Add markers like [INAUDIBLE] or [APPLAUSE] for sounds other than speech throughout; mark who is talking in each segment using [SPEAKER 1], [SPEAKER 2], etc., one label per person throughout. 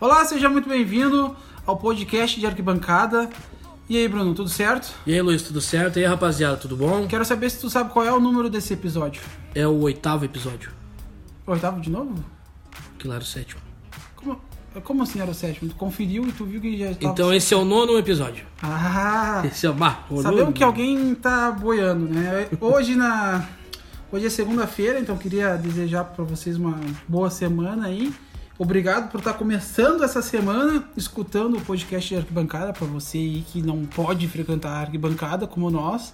[SPEAKER 1] Olá, seja muito bem-vindo ao podcast de Arquibancada. E aí, Bruno, tudo certo?
[SPEAKER 2] E aí, Luiz, tudo certo? E aí, rapaziada, tudo bom?
[SPEAKER 1] Quero saber se tu sabe qual é o número desse episódio.
[SPEAKER 2] É o oitavo episódio,
[SPEAKER 1] Oitavo de novo?
[SPEAKER 2] que lá era o sétimo.
[SPEAKER 1] Como, como assim era o sétimo? Tu conferiu e tu viu que já tava...
[SPEAKER 2] Então esse é o nono episódio.
[SPEAKER 1] Ah!
[SPEAKER 2] Esse é o bah, rolou-
[SPEAKER 1] Sabemos que alguém tá boiando, né? Hoje na hoje é segunda-feira, então queria desejar pra vocês uma boa semana aí. Obrigado por estar começando essa semana escutando o podcast de arquibancada pra você aí que não pode frequentar a arquibancada como nós.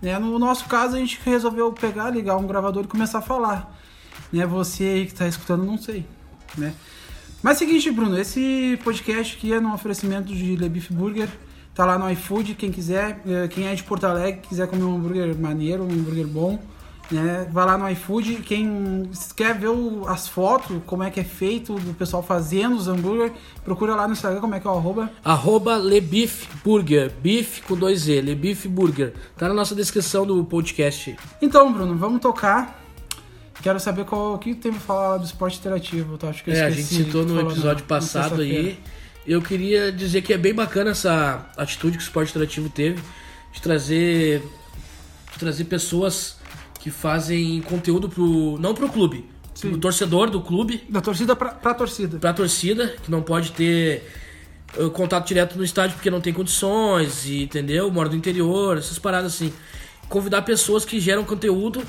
[SPEAKER 1] né? No nosso caso a gente resolveu pegar, ligar um gravador e começar a falar. Né? Você aí que tá escutando, não sei, né? Mas seguinte, Bruno, esse podcast aqui é num oferecimento de Le Beef Burger. Tá lá no iFood, quem quiser, eh, quem é de Porto Alegre, quiser comer um hambúrguer maneiro, um hambúrguer bom, né? Vai lá no iFood, quem quer ver o- as fotos, como é que é feito, do pessoal fazendo os hambúrguer, procura lá no Instagram como é que é o arroba.
[SPEAKER 2] Arroba Lebif Burger, Beef com dois E, Lebif Burger. Tá na nossa descrição do podcast.
[SPEAKER 1] Então, Bruno, vamos tocar. Quero saber qual o que tem pra falar lá do esporte interativo, tá? Acho que eu
[SPEAKER 2] É, a gente
[SPEAKER 1] esqueci que
[SPEAKER 2] citou
[SPEAKER 1] tu
[SPEAKER 2] no
[SPEAKER 1] falou na-
[SPEAKER 2] episódio
[SPEAKER 1] na
[SPEAKER 2] passado
[SPEAKER 1] sexta-feira.
[SPEAKER 2] aí. Eu queria dizer que é bem bacana essa atitude que o esporte interativo teve de trazer, de trazer pessoas que fazem conteúdo pro. não pro clube, pro torcedor do clube.
[SPEAKER 1] Da torcida pra, pra torcida.
[SPEAKER 2] pra torcida, que não pode ter eh, contato direto no estádio porque não tem condições, e, entendeu? Mora no interior, essas paradas assim. Convidar pessoas que geram conteúdo.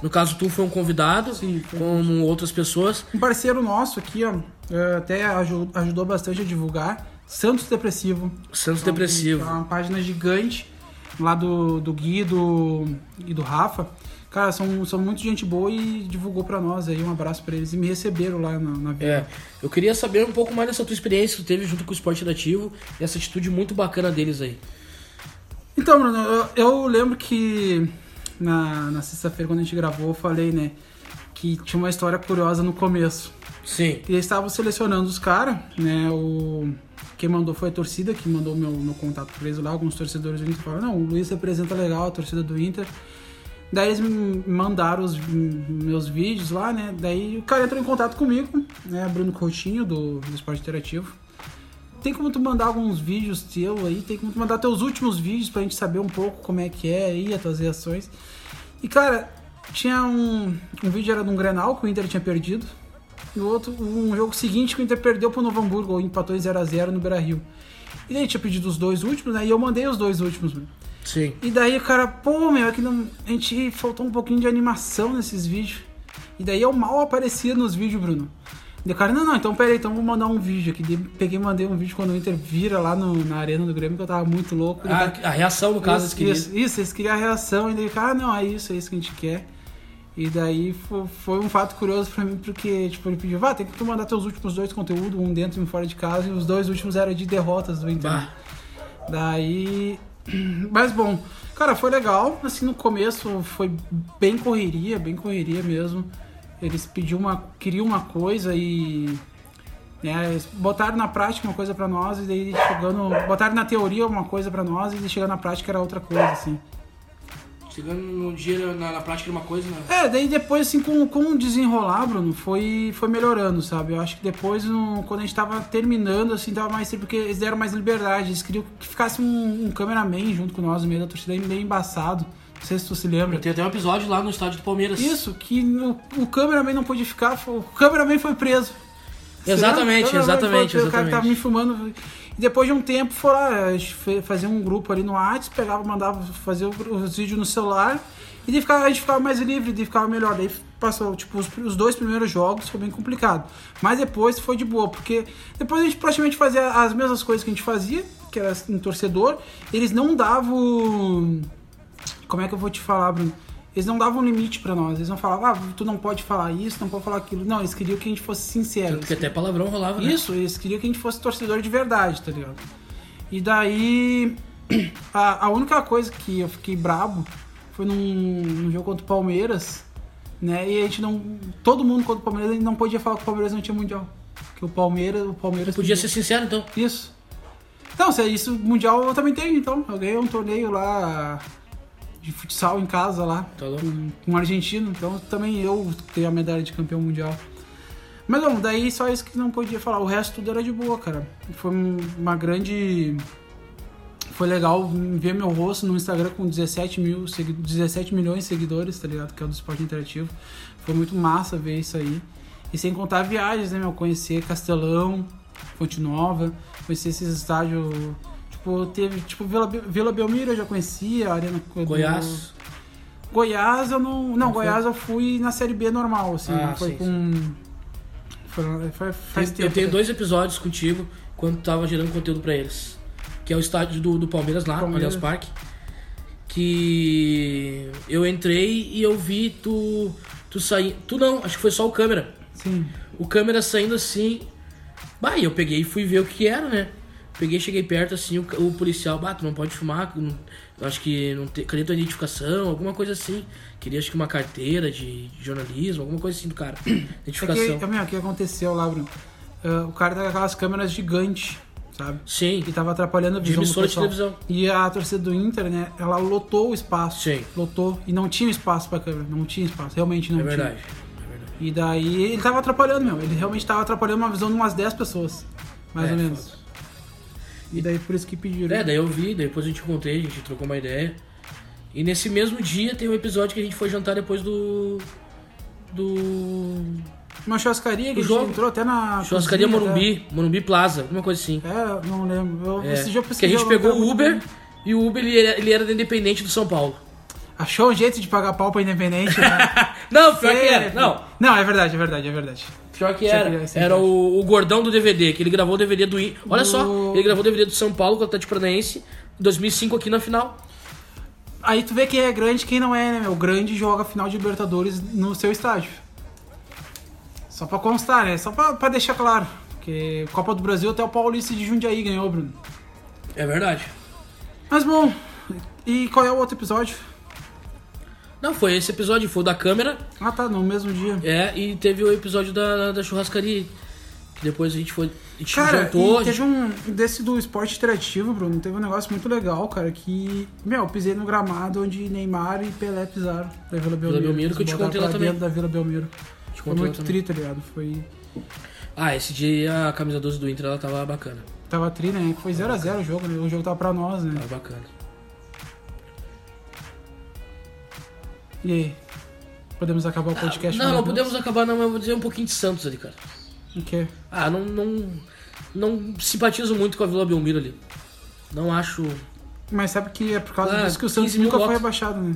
[SPEAKER 2] No caso, tu foi um convidado,
[SPEAKER 1] Sim, foi.
[SPEAKER 2] como outras pessoas.
[SPEAKER 1] Um parceiro nosso aqui, ó, eh, até aju- ajudou bastante a divulgar, Santos Depressivo.
[SPEAKER 2] Santos
[SPEAKER 1] Então,
[SPEAKER 2] Depressivo.
[SPEAKER 1] É uma página gigante lá do, do Gui do, e do Rafa. Cara, são, são muito gente boa e divulgou pra nós aí. Um abraço pra eles. E me receberam lá na, na
[SPEAKER 2] É, eu queria saber um pouco mais dessa tua experiência que tu teve junto com o esporte nativo e essa atitude muito bacana deles aí.
[SPEAKER 1] Então, Bruno, eu, eu lembro que na, na sexta-feira, quando a gente gravou, eu falei, né, que tinha uma história curiosa no começo.
[SPEAKER 2] Sim.
[SPEAKER 1] E eles estavam selecionando os caras, né? O... Quem mandou foi a torcida, que mandou meu, meu contato preso lá. Alguns torcedores do Inter falaram: não, o Luiz representa legal a torcida do Inter. Daí eles me mandaram os m- meus vídeos lá, né? Daí o cara entrou em contato comigo, né? Bruno Coutinho, do, do Esporte Interativo. Tem como tu mandar alguns vídeos teu aí? Tem como tu mandar teus últimos vídeos pra gente saber um pouco como é que é aí, as tuas reações. E cara, tinha um. Um vídeo era de um Grenal que o Inter tinha perdido. E o outro, um jogo seguinte que o Inter perdeu pro Novo Hamburgo, ou empatou em 0x0 no Beira Rio. E daí tinha pedido os dois últimos, né? E eu mandei os dois últimos, mano.
[SPEAKER 2] Sim.
[SPEAKER 1] E daí o cara, pô, meu, é que não- a gente faltou um pouquinho de animação nesses vídeos. E daí eu mal aparecia nos vídeos, Bruno. E o cara, não, não, então peraí, então vou mandar um vídeo aqui. Daí Peguei e mandei um vídeo quando o Inter vira lá no- na arena do Grêmio, que eu tava muito louco. tá E o cara,
[SPEAKER 2] A, a reação, no caso,
[SPEAKER 1] isso,
[SPEAKER 2] que
[SPEAKER 1] isso, isso, eles queriam a reação, e daí, ah, não, é isso, é isso que a gente quer. E daí fo- foi um fato curioso pra mim, porque tipo, ele pediu, vá, tem que tu mandar teus últimos dois conteúdos, um dentro e um fora de casa, e os dois últimos eram de derrotas do Inter. né?
[SPEAKER 2] Bah.
[SPEAKER 1] Daí. [CLEARS THROAT] Mas bom, cara, foi legal. Assim, no começo foi bem correria, bem correria mesmo. Eles pediam uma. queriam uma coisa e. Né, eles botaram na prática uma coisa pra nós e daí chegando. Botaram na teoria uma coisa pra nós e daí chegando na prática era outra coisa, assim.
[SPEAKER 2] Chegando no dia, na, na prática, era uma coisa, né?
[SPEAKER 1] É, daí depois, assim, com, com o desenrolar, Bruno, foi, foi melhorando, sabe? Eu acho que depois, no- quando a gente tava terminando, assim, tava mais. Porque eles deram mais liberdade, eles queriam que ficasse um, um cameraman junto com nós no meio da torcida, aí meio embaçado. Não sei se tu se lembra.
[SPEAKER 2] Tem até um episódio lá no estádio do Palmeiras.
[SPEAKER 1] Isso, que no- o cameraman não pôde ficar, foi- o cameraman foi preso.
[SPEAKER 2] Exatamente,
[SPEAKER 1] Sei lá, o cameraman
[SPEAKER 2] exatamente,
[SPEAKER 1] foi preso, O cara que
[SPEAKER 2] exatamente.
[SPEAKER 1] tava me filmando. E depois de um tempo, foi lá, a gente fe- fazia um grupo ali no WhatsApp, pegava, mandava fazer o- os vídeos no celular. E daí ficava, a gente ficava mais livre, daí ficava melhor. Daí passou, tipo, os, pri- os dois primeiros jogos foi bem complicado. Mas depois foi de boa, porque depois a gente praticamente fazia as mesmas coisas que a gente fazia, que era em torcedor. Eles não davam como é que eu vou te falar, Bruno? Eles não davam limite pra nós. Eles não falavam, ah, tu não pode falar isso, não pode falar aquilo. Não, eles queriam que a gente fosse sincero.
[SPEAKER 2] Porque até palavrão rolava, né?
[SPEAKER 1] Isso, eles queriam que a gente fosse torcedor de verdade, tá ligado? E daí, [CLEARS THROAT] a, a única coisa que eu fiquei brabo foi num, num jogo contra o Palmeiras, né? E a gente não. Todo mundo contra o Palmeiras, a gente não podia falar que o Palmeiras não tinha mundial. Que o Palmeiras. O Palmeiras
[SPEAKER 2] Podia ser sincero, então.
[SPEAKER 1] isso. Não, se é isso, mundial eu também tenho, então. Eu ganhei um torneio lá de futsal em casa lá.
[SPEAKER 2] Tá louco.
[SPEAKER 1] Com, com um argentino, então também eu tenho a medalha de campeão mundial. Mas bom, daí só isso que não podia falar. O resto tudo era de boa, cara. Foi um, uma grande. Foi legal ver meu rosto no Instagram com 17, mil segui... 17 milhões de seguidores, tá ligado? Que é o do esporte interativo. Foi muito massa ver isso aí. E sem contar viagens, né, meu? Conhecer Castelão, Fonte Nova, conhecer esses estádios. Tipo, teve. Tipo, Vila, Be- Vila Belmiro eu já conhecia, a Arena. do-
[SPEAKER 2] Goiás.
[SPEAKER 1] Goiás eu não. Não,
[SPEAKER 2] foi?
[SPEAKER 1] Goiás eu fui na série B normal, assim.
[SPEAKER 2] Ah,
[SPEAKER 1] não foi
[SPEAKER 2] sim,
[SPEAKER 1] com. Foi, foi- faz
[SPEAKER 2] Eu-
[SPEAKER 1] tempo.
[SPEAKER 2] eu tenho
[SPEAKER 1] né?
[SPEAKER 2] dois episódios contigo quando tu tava gerando conteúdo pra eles. Que é o estádio do, do Palmeiras lá, no
[SPEAKER 1] Palmeiras.
[SPEAKER 2] Allianz Parque. Que eu entrei e eu vi tu. Tu sair. Tu não, acho que foi só o câmera.
[SPEAKER 1] Sim.
[SPEAKER 2] O câmera saindo assim. Bah, e eu peguei e fui ver o que era, né? Peguei, cheguei perto assim, o, ca- o policial, bah, tu não pode fumar, tu não- eu acho que não tem. Cadê tua identificação? Alguma coisa assim. Queria acho que uma carteira de, de jornalismo, alguma coisa assim do cara.
[SPEAKER 1] É
[SPEAKER 2] [CLEARS THROAT]
[SPEAKER 1] que,
[SPEAKER 2] Identificação.
[SPEAKER 1] é, meu, o que aconteceu lá, Bruno? Ah, o cara tá com aquelas câmeras gigantes, sabe?
[SPEAKER 2] Sim,
[SPEAKER 1] E tava atrapalhando a visão
[SPEAKER 2] emissora
[SPEAKER 1] do
[SPEAKER 2] de
[SPEAKER 1] pessoal.
[SPEAKER 2] televisão.
[SPEAKER 1] E a torcida do Inter, né? Ela lotou o espaço.
[SPEAKER 2] Sim.
[SPEAKER 1] Lotou. E não tinha espaço pra câmera. Não tinha espaço. Realmente não
[SPEAKER 2] é
[SPEAKER 1] tinha.
[SPEAKER 2] verdade.
[SPEAKER 1] E daí ele tava atrapalhando, meu. Ele realmente tava atrapalhando uma visão de umas 10 pessoas. Mais
[SPEAKER 2] É,
[SPEAKER 1] ou menos.
[SPEAKER 2] foda.
[SPEAKER 1] E daí por isso que pediram.
[SPEAKER 2] É, daí eu vi, depois eu te encontrei, a gente trocou uma ideia. E nesse mesmo dia tem um episódio que a gente foi jantar depois do. Do.
[SPEAKER 1] Uma churrascaria que
[SPEAKER 2] O
[SPEAKER 1] a gente
[SPEAKER 2] jogo.
[SPEAKER 1] entrou até na.
[SPEAKER 2] Churrascaria
[SPEAKER 1] cozinha,
[SPEAKER 2] Morumbi, Morumbi Plaza, alguma coisa assim.
[SPEAKER 1] até. É, não lembro. Eu,
[SPEAKER 2] É,
[SPEAKER 1] Esse jogo
[SPEAKER 2] que a gente pegou o Uber
[SPEAKER 1] tá bem.
[SPEAKER 2] e o Uber ele era, ele era do independente do São Paulo. [LAUGHS]
[SPEAKER 1] Achou um jeito de pagar pau pra independente, né?
[SPEAKER 2] Não, pior que era.
[SPEAKER 1] Sempre.
[SPEAKER 2] Não,
[SPEAKER 1] Não, é verdade, é verdade, é verdade.
[SPEAKER 2] pior que
[SPEAKER 1] Sempre,
[SPEAKER 2] era.
[SPEAKER 1] sempre.
[SPEAKER 2] Era o, o gordão do DVD, que ele gravou o DVD do. I- Olha
[SPEAKER 1] Do-
[SPEAKER 2] só, ele gravou o DVD do São Paulo com o Atlético Paranaense em 2005 aqui na final.
[SPEAKER 1] Aí tu vê quem é grande e quem não é, né, meu? O grande joga final de Libertadores no seu estádio. Só pra constar, né? Só pra, pra deixar claro. Porque Copa do Brasil até o Paulista de Jundiaí ganhou, Bruno.
[SPEAKER 2] É verdade.
[SPEAKER 1] Mas bom, e qual é o outro episódio?
[SPEAKER 2] Não, foi esse episódio, foi o da câmera.
[SPEAKER 1] Ah tá, no mesmo dia.
[SPEAKER 2] É, e teve o episódio da, da churrascaria. Que depois a gente foi. A gente
[SPEAKER 1] Cara,
[SPEAKER 2] jantou.
[SPEAKER 1] e
[SPEAKER 2] a gente-
[SPEAKER 1] teve um. Desse do esporte interativo, Bruno, teve um negócio muito legal, cara, que. Meu, eu pisei no gramado onde Neymar e Pelé pisaram da Vila Belmiro.
[SPEAKER 2] Belmiro,
[SPEAKER 1] Eles
[SPEAKER 2] que eu te
[SPEAKER 1] botaram
[SPEAKER 2] contei
[SPEAKER 1] pra
[SPEAKER 2] lá também.
[SPEAKER 1] dentro da Vila Belmiro. Foi
[SPEAKER 2] te contei lá
[SPEAKER 1] muito
[SPEAKER 2] também.
[SPEAKER 1] tri, tá ligado? Foi. um-
[SPEAKER 2] Ah, esse dia a camisa 12 do Inter ela tava bacana.
[SPEAKER 1] Tava tri, né? Foi 0x0 o jogo, né? O jogo tava pra nós, né?
[SPEAKER 2] Tava bacana.
[SPEAKER 1] E aí? Podemos acabar o podcast
[SPEAKER 2] Ah, não,
[SPEAKER 1] com
[SPEAKER 2] não
[SPEAKER 1] Deus?
[SPEAKER 2] podemos acabar, não, mas eu vou dizer um pouquinho de Santos ali, cara.
[SPEAKER 1] O quê?
[SPEAKER 2] Ah, não, não, não simpatizo muito com a Vila Belmiro ali. Não acho.
[SPEAKER 1] Mas sabe que é por causa
[SPEAKER 2] Ah,
[SPEAKER 1] disso que o Santos
[SPEAKER 2] 15 mil
[SPEAKER 1] nunca foi
[SPEAKER 2] votos.
[SPEAKER 1] rebaixado, né?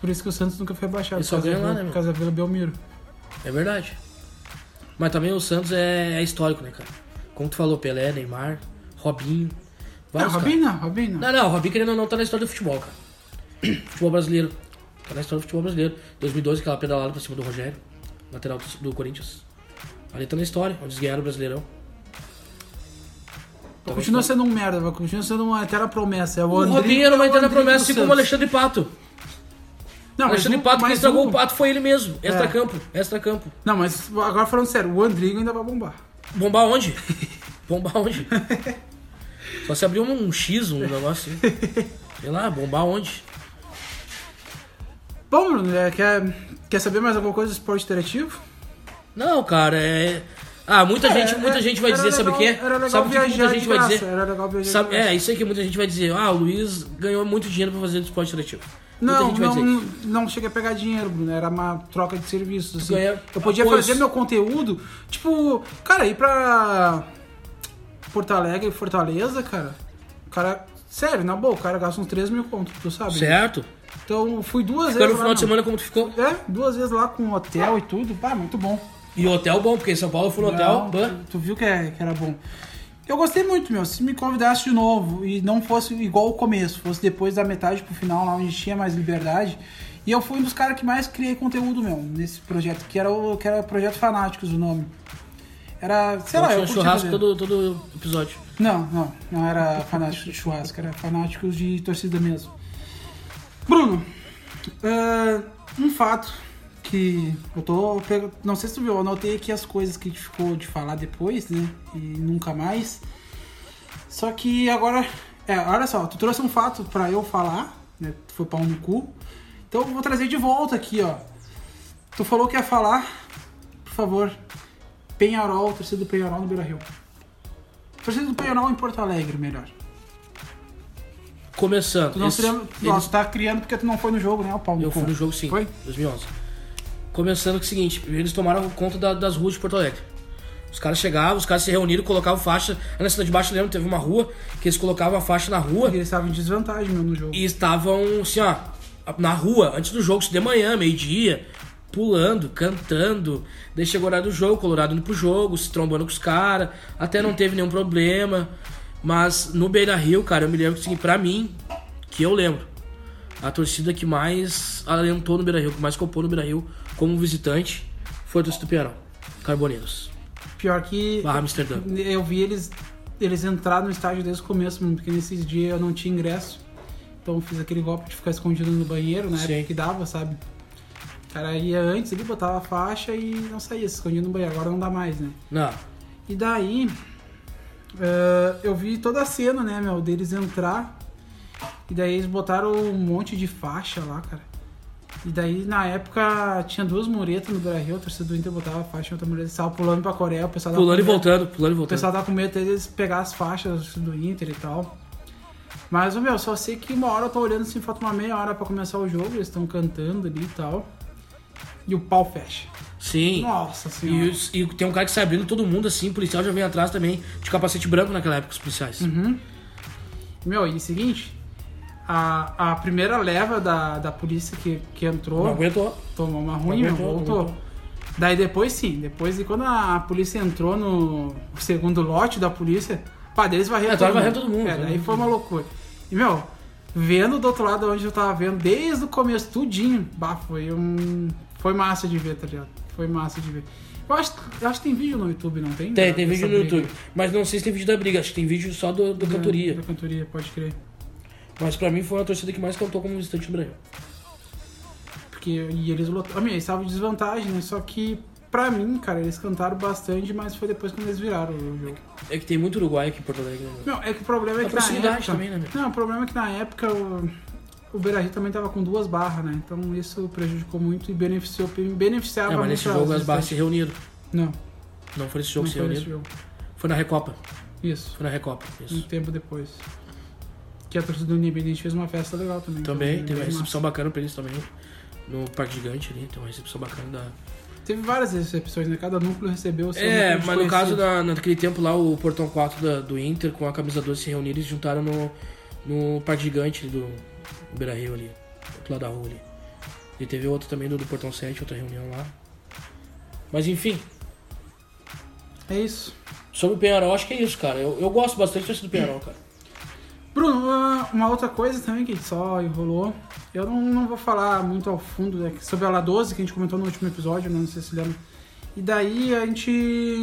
[SPEAKER 1] Por isso que o Santos nunca foi rebaixado.
[SPEAKER 2] Ele só
[SPEAKER 1] por causa
[SPEAKER 2] ganha
[SPEAKER 1] da-
[SPEAKER 2] lá, né,
[SPEAKER 1] Por
[SPEAKER 2] meu?
[SPEAKER 1] causa da Vila Belmiro.
[SPEAKER 2] É verdade. Mas também o Santos é, é histórico, né, cara? Como tu falou, Pelé, Neymar, Robinho.
[SPEAKER 1] Não,
[SPEAKER 2] Vários caras.
[SPEAKER 1] Robinho não, Robinho não.
[SPEAKER 2] Não, não, o Robinho querendo ou não tá na história do futebol, cara. [CLEARS THROAT] Futebol brasileiro. Tá na história do futebol brasileiro. 2012, aquela pedalada pra cima do Rogério, lateral do, do Corinthians. Ali tá na história, onde eles ganharam o Brasileirão.
[SPEAKER 1] Continua sendo um merda, vai. Continua sendo uma eterna promessa. É o,
[SPEAKER 2] Tá O
[SPEAKER 1] Andrigo
[SPEAKER 2] Robinho era uma
[SPEAKER 1] e o
[SPEAKER 2] eterna
[SPEAKER 1] Andrigo
[SPEAKER 2] promessa,
[SPEAKER 1] do
[SPEAKER 2] assim como o
[SPEAKER 1] Santos.
[SPEAKER 2] Alexandre Pato.
[SPEAKER 1] Não, mas
[SPEAKER 2] O Alexandre
[SPEAKER 1] um-
[SPEAKER 2] Pato, quem
[SPEAKER 1] mais
[SPEAKER 2] estragou
[SPEAKER 1] um.
[SPEAKER 2] o Pato foi ele mesmo. Extra
[SPEAKER 1] É.
[SPEAKER 2] campo, extra campo.
[SPEAKER 1] Não, mas agora falando sério, o Andrigo ainda vai bombar. [LAUGHS]
[SPEAKER 2] Bombar onde? Bombar onde? Só se abrir um, um X, um negócio assim. Sei lá, bombar onde?
[SPEAKER 1] Bom, Bruno, é, quer, quer saber mais alguma coisa do esporte interativo?
[SPEAKER 2] Não, cara, é. Ah, muita gente,
[SPEAKER 1] É,
[SPEAKER 2] muita
[SPEAKER 1] é,
[SPEAKER 2] gente vai
[SPEAKER 1] era
[SPEAKER 2] dizer, sabe o
[SPEAKER 1] legal-
[SPEAKER 2] que é?
[SPEAKER 1] Era legal
[SPEAKER 2] sabe o que que
[SPEAKER 1] viajar
[SPEAKER 2] muita
[SPEAKER 1] de
[SPEAKER 2] gente vai
[SPEAKER 1] graça,
[SPEAKER 2] dizer?
[SPEAKER 1] Era legal viajar
[SPEAKER 2] Sabe-
[SPEAKER 1] de graça.
[SPEAKER 2] é, isso aí que muita gente vai dizer, ah, o Luiz ganhou muito dinheiro pra fazer do esporte seletivo. muita
[SPEAKER 1] Não,
[SPEAKER 2] gente vai
[SPEAKER 1] não,
[SPEAKER 2] dizer.
[SPEAKER 1] não cheguei a pegar dinheiro, Bruno. Era uma troca de serviços. Assim.
[SPEAKER 2] Ganhar
[SPEAKER 1] Eu podia
[SPEAKER 2] apoios.
[SPEAKER 1] fazer meu conteúdo, tipo, cara, ir pra Porto Alegre, Fortaleza, cara. O cara, sério, na boa, o cara gasta uns 3 mil conto, tu sabe? né?
[SPEAKER 2] Certo?
[SPEAKER 1] Então, fui duas
[SPEAKER 2] Ficando no
[SPEAKER 1] vezes. lá,
[SPEAKER 2] final de semana como tu ficou.
[SPEAKER 1] meu. É, duas vezes lá com hotel e tudo. Pá, muito bom.
[SPEAKER 2] E o hotel bom, porque em São Paulo eu fui no
[SPEAKER 1] Não,
[SPEAKER 2] hotel. ban.
[SPEAKER 1] Tu, tu viu que, é- que era bom. Eu gostei muito, meu. Se me convidasse de novo e não fosse igual o começo, fosse depois da metade pro final, lá onde tinha mais liberdade. E eu fui um dos caras que mais criei conteúdo, meu, nesse projeto, que era o que era Projeto Fanáticos, o nome. Era, sei lá,
[SPEAKER 2] Então Tinha um
[SPEAKER 1] eu curti
[SPEAKER 2] churrasco
[SPEAKER 1] fazer.
[SPEAKER 2] todo, todo episódio.
[SPEAKER 1] Não, não. Não era fanático de churrasco, era fanáticos de torcida mesmo. Bruno, é, um fato que eu tô. pego- Não sei se tu viu, eu anotei aqui as coisas que a gente ficou de falar depois, né? E nunca mais. Só que agora. É, olha só, tu trouxe um fato pra eu falar, né? Tu foi pau no cu. Então eu vou trazer de volta aqui, ó. Tu falou que ia falar. favor, Penharol, torcida do Penharol no Beira Rio. Torcida do um Penharol em Porto Alegre, melhor.
[SPEAKER 2] Começando.
[SPEAKER 1] Tu não
[SPEAKER 2] eles-
[SPEAKER 1] seria.
[SPEAKER 2] eles-
[SPEAKER 1] Nossa, tá criando porque tu não foi no jogo, né, o Paulo?
[SPEAKER 2] Eu fui no jogo sim,
[SPEAKER 1] Foi?
[SPEAKER 2] 2011. Começando com o seguinte, eles tomaram conta da- das ruas de Porto Alegre. Os caras chegavam, os caras se reuniram, colocavam faixa. Lá na cidade de baixo, eu lembro, teve uma rua que eles colocavam a faixa na rua
[SPEAKER 1] Porque eles estavam em desvantagem, meu, no jogo.
[SPEAKER 2] e estavam assim, ó, na rua, antes do jogo, isso de manhã, meio-dia, pulando, cantando. Daí chegou o horário do jogo, o Colorado indo pro jogo, se trombando com os caras, até não teve nenhum problema. Mas no Beira Rio, cara, eu me lembro que assim, pra mim, que eu lembro, a torcida que mais alentou no Beira Rio, que mais copou no Beira Rio como visitante, foi a torcida do Pinheirão, Carboneiros,
[SPEAKER 1] Pior que.
[SPEAKER 2] Barra Amsterdã.
[SPEAKER 1] Eu vi eles, eles entrar no estádio desde o começo, mano, porque nesses dias eu não tinha ingresso. Então eu fiz aquele golpe de ficar escondido no banheiro, na
[SPEAKER 2] Sim.
[SPEAKER 1] época que dava, sabe? O cara ia antes, ele botava a faixa e não saía, se escondia no banheiro. Agora não dá mais, né?
[SPEAKER 2] Não,
[SPEAKER 1] E daí, eh, eu vi toda a cena, né, meu, deles entrar. E daí eles botaram um monte de faixa lá, cara. E daí, na época, tinha duas muretas no Brasil, o torcedor do Inter botava a faixa, outra mureta, eles estavam pulando pra Coreia, o pessoal tava
[SPEAKER 2] pulando e
[SPEAKER 1] com medo.
[SPEAKER 2] voltando, pulando e
[SPEAKER 1] O
[SPEAKER 2] voltando.
[SPEAKER 1] pessoal tá com medo até deles pegar as faixas do Inter e tal. Mas, ô, meu, só sei que uma hora eu tô olhando assim, falta uma meia hora pra começar o jogo, eles estão cantando ali e tal. E o pau fecha.
[SPEAKER 2] Sim.
[SPEAKER 1] Nossa senhora.
[SPEAKER 2] E, os- e tem um cara que sai abrindo todo mundo, assim, policial já vem atrás também, de capacete branco naquela época, os policiais.
[SPEAKER 1] Meu, e seguinte, a, a primeira leva da, da polícia que, que
[SPEAKER 2] Não
[SPEAKER 1] entrou
[SPEAKER 2] aguentou.
[SPEAKER 1] tomou uma ruim, meu,
[SPEAKER 2] aguentou, não
[SPEAKER 1] voltou.
[SPEAKER 2] aguentou.
[SPEAKER 1] Daí depois sim, depois e quando a polícia entrou no segundo lote da polícia, pá, deles varreram
[SPEAKER 2] É, tava varrendo todo mundo,
[SPEAKER 1] É,
[SPEAKER 2] todo
[SPEAKER 1] daí
[SPEAKER 2] mundo.
[SPEAKER 1] foi uma loucura. E meu, vendo do outro lado onde eu tava vendo, desde o começo, tudinho, bah, foi um. Foi massa de ver, tá ligado? Foi massa de ver. Eu acho, eu acho que tem vídeo no YouTube, não tem?
[SPEAKER 2] Tem, tem
[SPEAKER 1] Dessa
[SPEAKER 2] vídeo no
[SPEAKER 1] briga.
[SPEAKER 2] YouTube. Mas não sei se tem vídeo da briga, acho que tem vídeo só do, do cantoria.
[SPEAKER 1] Da cantoria, pode crer.
[SPEAKER 2] Mas pra mim foi uma torcida que mais cantou como visitante do Brasil.
[SPEAKER 1] Porque e eles lotaram. Eles estavam em desvantagem, né? Só que, pra mim, cara, eles cantaram bastante, mas foi depois quando eles viraram o jogo.
[SPEAKER 2] É que tem muito uruguaio aqui em Porto Alegre, né?
[SPEAKER 1] Não, é que o problema é
[SPEAKER 2] A
[SPEAKER 1] que na
[SPEAKER 2] proximidade
[SPEAKER 1] época.
[SPEAKER 2] também, né, meu?
[SPEAKER 1] Não, o problema é que na época o, o Beira Rio também tava com duas barras, né? Então isso prejudicou muito e beneficiou, beneficiava
[SPEAKER 2] É, mas
[SPEAKER 1] muito
[SPEAKER 2] nesse
[SPEAKER 1] as
[SPEAKER 2] jogo as
[SPEAKER 1] visitantes.
[SPEAKER 2] barras se reuniram.
[SPEAKER 1] Não,
[SPEAKER 2] Não foi nesse
[SPEAKER 1] não
[SPEAKER 2] jogo que se
[SPEAKER 1] foi nesse
[SPEAKER 2] reuniram.
[SPEAKER 1] jogo.
[SPEAKER 2] Foi na Recopa.
[SPEAKER 1] Isso,
[SPEAKER 2] Foi na Recopa,
[SPEAKER 1] um
[SPEAKER 2] isso.
[SPEAKER 1] tempo depois. Que a torcida do Independente fez uma festa legal também.
[SPEAKER 2] Também,
[SPEAKER 1] Então,
[SPEAKER 2] teve uma
[SPEAKER 1] massa.
[SPEAKER 2] recepção bacana pra eles também. No Parque Gigante ali, tem uma recepção bacana da,
[SPEAKER 1] Teve várias recepções, né? Cada núcleo recebeu o seu
[SPEAKER 2] É,
[SPEAKER 1] núcleo de
[SPEAKER 2] mas no caso,
[SPEAKER 1] conhecidos.
[SPEAKER 2] da, naquele tempo lá, o Portão 4 da- do Inter com a camisa 12 se reuniram e se juntaram no, no Parque Gigante ali do Beira Rio ali, do outro lado da rua ali. E teve outra também do, do Portão 7, outra reunião lá. Mas enfim,
[SPEAKER 1] É isso.
[SPEAKER 2] sobre o Penharol, acho que é isso, cara. Eu, eu gosto bastante desse do Penharol, cara.
[SPEAKER 1] Bruno, uma, uma outra coisa também que só enrolou. Eu não, não vou falar muito ao fundo né, sobre a La 12, que a gente comentou no último episódio, né, não sei se lembra. E daí a gente.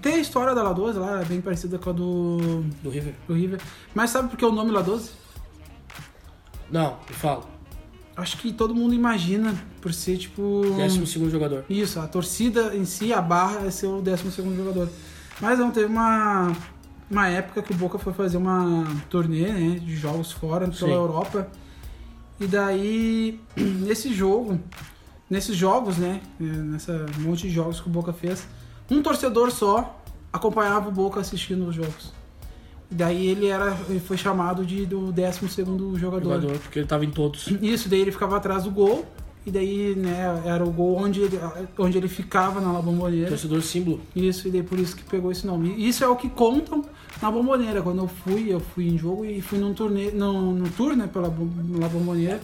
[SPEAKER 1] Tem a história da La 12 lá, é bem parecida com a do,
[SPEAKER 2] Do River.
[SPEAKER 1] do River. Mas sabe por que o nome La 12?
[SPEAKER 2] Não, me fala.
[SPEAKER 1] Acho que todo mundo imagina por ser tipo.
[SPEAKER 2] Décimo segundo jogador.
[SPEAKER 1] Isso, a torcida em si, a barra, é ser o 12 jogador. Mas não, teve uma, uma época que o Boca foi fazer uma turnê né, de jogos fora, pela
[SPEAKER 2] Sim.
[SPEAKER 1] Europa. E daí, [CLEARS THROAT] nesse jogo, nesses jogos, né? Nessa monte de jogos que o Boca fez, um torcedor só acompanhava o Boca assistindo os jogos. E daí ele era, ele foi chamado de do 12 jogador.
[SPEAKER 2] Jogador, porque ele tava em todos.
[SPEAKER 1] Isso, daí ele ficava atrás do gol. E daí, né, era o gol onde ele, onde ele ficava na La Bombonera.
[SPEAKER 2] Torcedor símbolo.
[SPEAKER 1] Isso, e daí por isso que pegou esse nome. E Isso é o que contam na Bombonera. Quando eu fui, eu fui em jogo e fui num turnê, num, num tour, né, pela Bom- La Bombonera.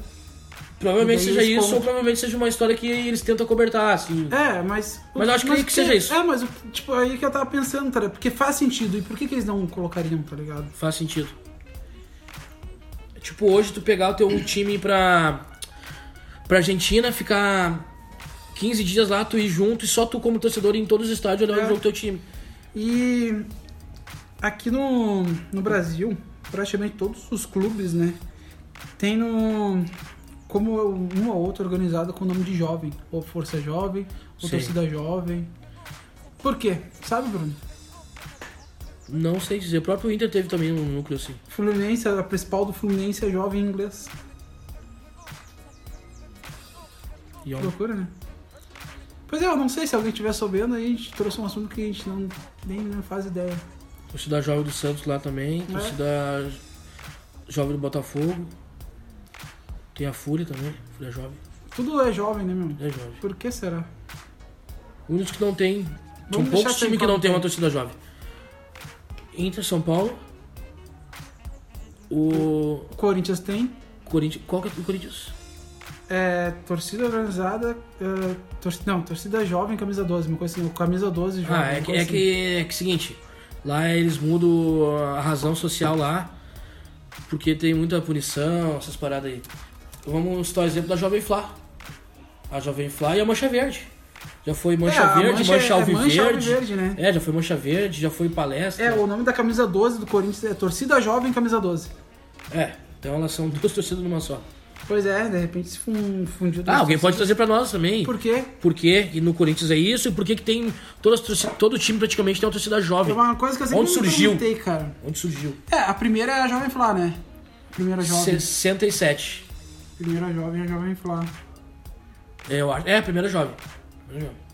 [SPEAKER 2] Provavelmente
[SPEAKER 1] E daí
[SPEAKER 2] seja
[SPEAKER 1] eles
[SPEAKER 2] isso,
[SPEAKER 1] contam.
[SPEAKER 2] ou provavelmente seja uma história que eles tentam cobertar, assim.
[SPEAKER 1] É, mas...
[SPEAKER 2] Mas eu acho que que seja
[SPEAKER 1] tem-
[SPEAKER 2] isso.
[SPEAKER 1] É, mas, tipo, aí que eu tava pensando, tá ligado? Porque faz sentido. E por que que eles não colocariam, tá ligado?
[SPEAKER 2] Faz sentido. É Tipo, hoje tu pegar o teu time pra, pra Argentina, ficar 15 dias lá, tu ir junto e só tu como torcedor ir em todos os estádios olhar
[SPEAKER 1] É.
[SPEAKER 2] o jogo do teu time.
[SPEAKER 1] E aqui no, no Brasil, praticamente todos os clubes, né, tem no como uma ou outra organizada com o nome de jovem, ou Força Jovem, ou
[SPEAKER 2] Sim.
[SPEAKER 1] Torcida Jovem. Por quê? Sabe, Bruno?
[SPEAKER 2] Não sei dizer. O próprio Inter teve também um núcleo assim.
[SPEAKER 1] Fluminense, a principal do Fluminense é jovem em inglês.
[SPEAKER 2] E
[SPEAKER 1] Que
[SPEAKER 2] é um-
[SPEAKER 1] loucura, né? Pois é, eu não sei se alguém estiver sabendo, aí a gente trouxe um assunto que a gente não, nem, nem faz ideia.
[SPEAKER 2] Torcida Jovem do Santos lá também. Torcida Jovem do Botafogo. Tem a Fúria também. Fúria Jovem.
[SPEAKER 1] Tudo é jovem, né, meu?
[SPEAKER 2] É jovem.
[SPEAKER 1] Por que será?
[SPEAKER 2] O único que não tem. São
[SPEAKER 1] Vamos
[SPEAKER 2] poucos
[SPEAKER 1] deixar sem
[SPEAKER 2] times que não
[SPEAKER 1] como
[SPEAKER 2] tem uma
[SPEAKER 1] tem.
[SPEAKER 2] torcida jovem. Inter, São Paulo. O
[SPEAKER 1] O Corinthians tem
[SPEAKER 2] Corinthians. Qual que é o Corinthians?
[SPEAKER 1] é, torcida organizada. é, torcida, não, torcida jovem, camisa 12, uma coisa assim. o Camisa 12 jovem.
[SPEAKER 2] Ah, é
[SPEAKER 1] uma
[SPEAKER 2] que,
[SPEAKER 1] coisa assim.
[SPEAKER 2] é que é que seguinte, lá eles mudam a razão social lá, porque tem muita punição, essas paradas aí. Vamos citar o exemplo da Jovem Fla. A Jovem Fla e a Mancha Verde. Já foi Mancha
[SPEAKER 1] É, a
[SPEAKER 2] Verde,
[SPEAKER 1] Mancha
[SPEAKER 2] Mancha,
[SPEAKER 1] é- é
[SPEAKER 2] Alviverde.
[SPEAKER 1] Mancha Alviverde, né?
[SPEAKER 2] É, já foi Mancha Verde, já foi
[SPEAKER 1] assim.
[SPEAKER 2] palestra.
[SPEAKER 1] É, o nome da camisa 12 do Corinthians é Torcida Jovem Camisa 12.
[SPEAKER 2] É, então elas são [LAUGHS] duas torcidas numa só.
[SPEAKER 1] Pois é, de repente se fun- fundiu.
[SPEAKER 2] Ah, alguém pode trazer pra nós também.
[SPEAKER 1] tá Por quê?
[SPEAKER 2] Por quê? E no Corinthians é isso, e por que que tem. Todas, as torci- todo time praticamente tem uma torcida
[SPEAKER 1] É
[SPEAKER 2] jovem.
[SPEAKER 1] uma coisa que eu sempre
[SPEAKER 2] Onde
[SPEAKER 1] me
[SPEAKER 2] surgiu?
[SPEAKER 1] perguntei, cara.
[SPEAKER 2] Onde surgiu?
[SPEAKER 1] É, a primeira é a Jovem Flá, né? A primeira jovem.
[SPEAKER 2] 67.
[SPEAKER 1] Primeira jovem é a Jovem Flá.
[SPEAKER 2] É, Eu acho. É, a primeira jovem. Primeira jovem.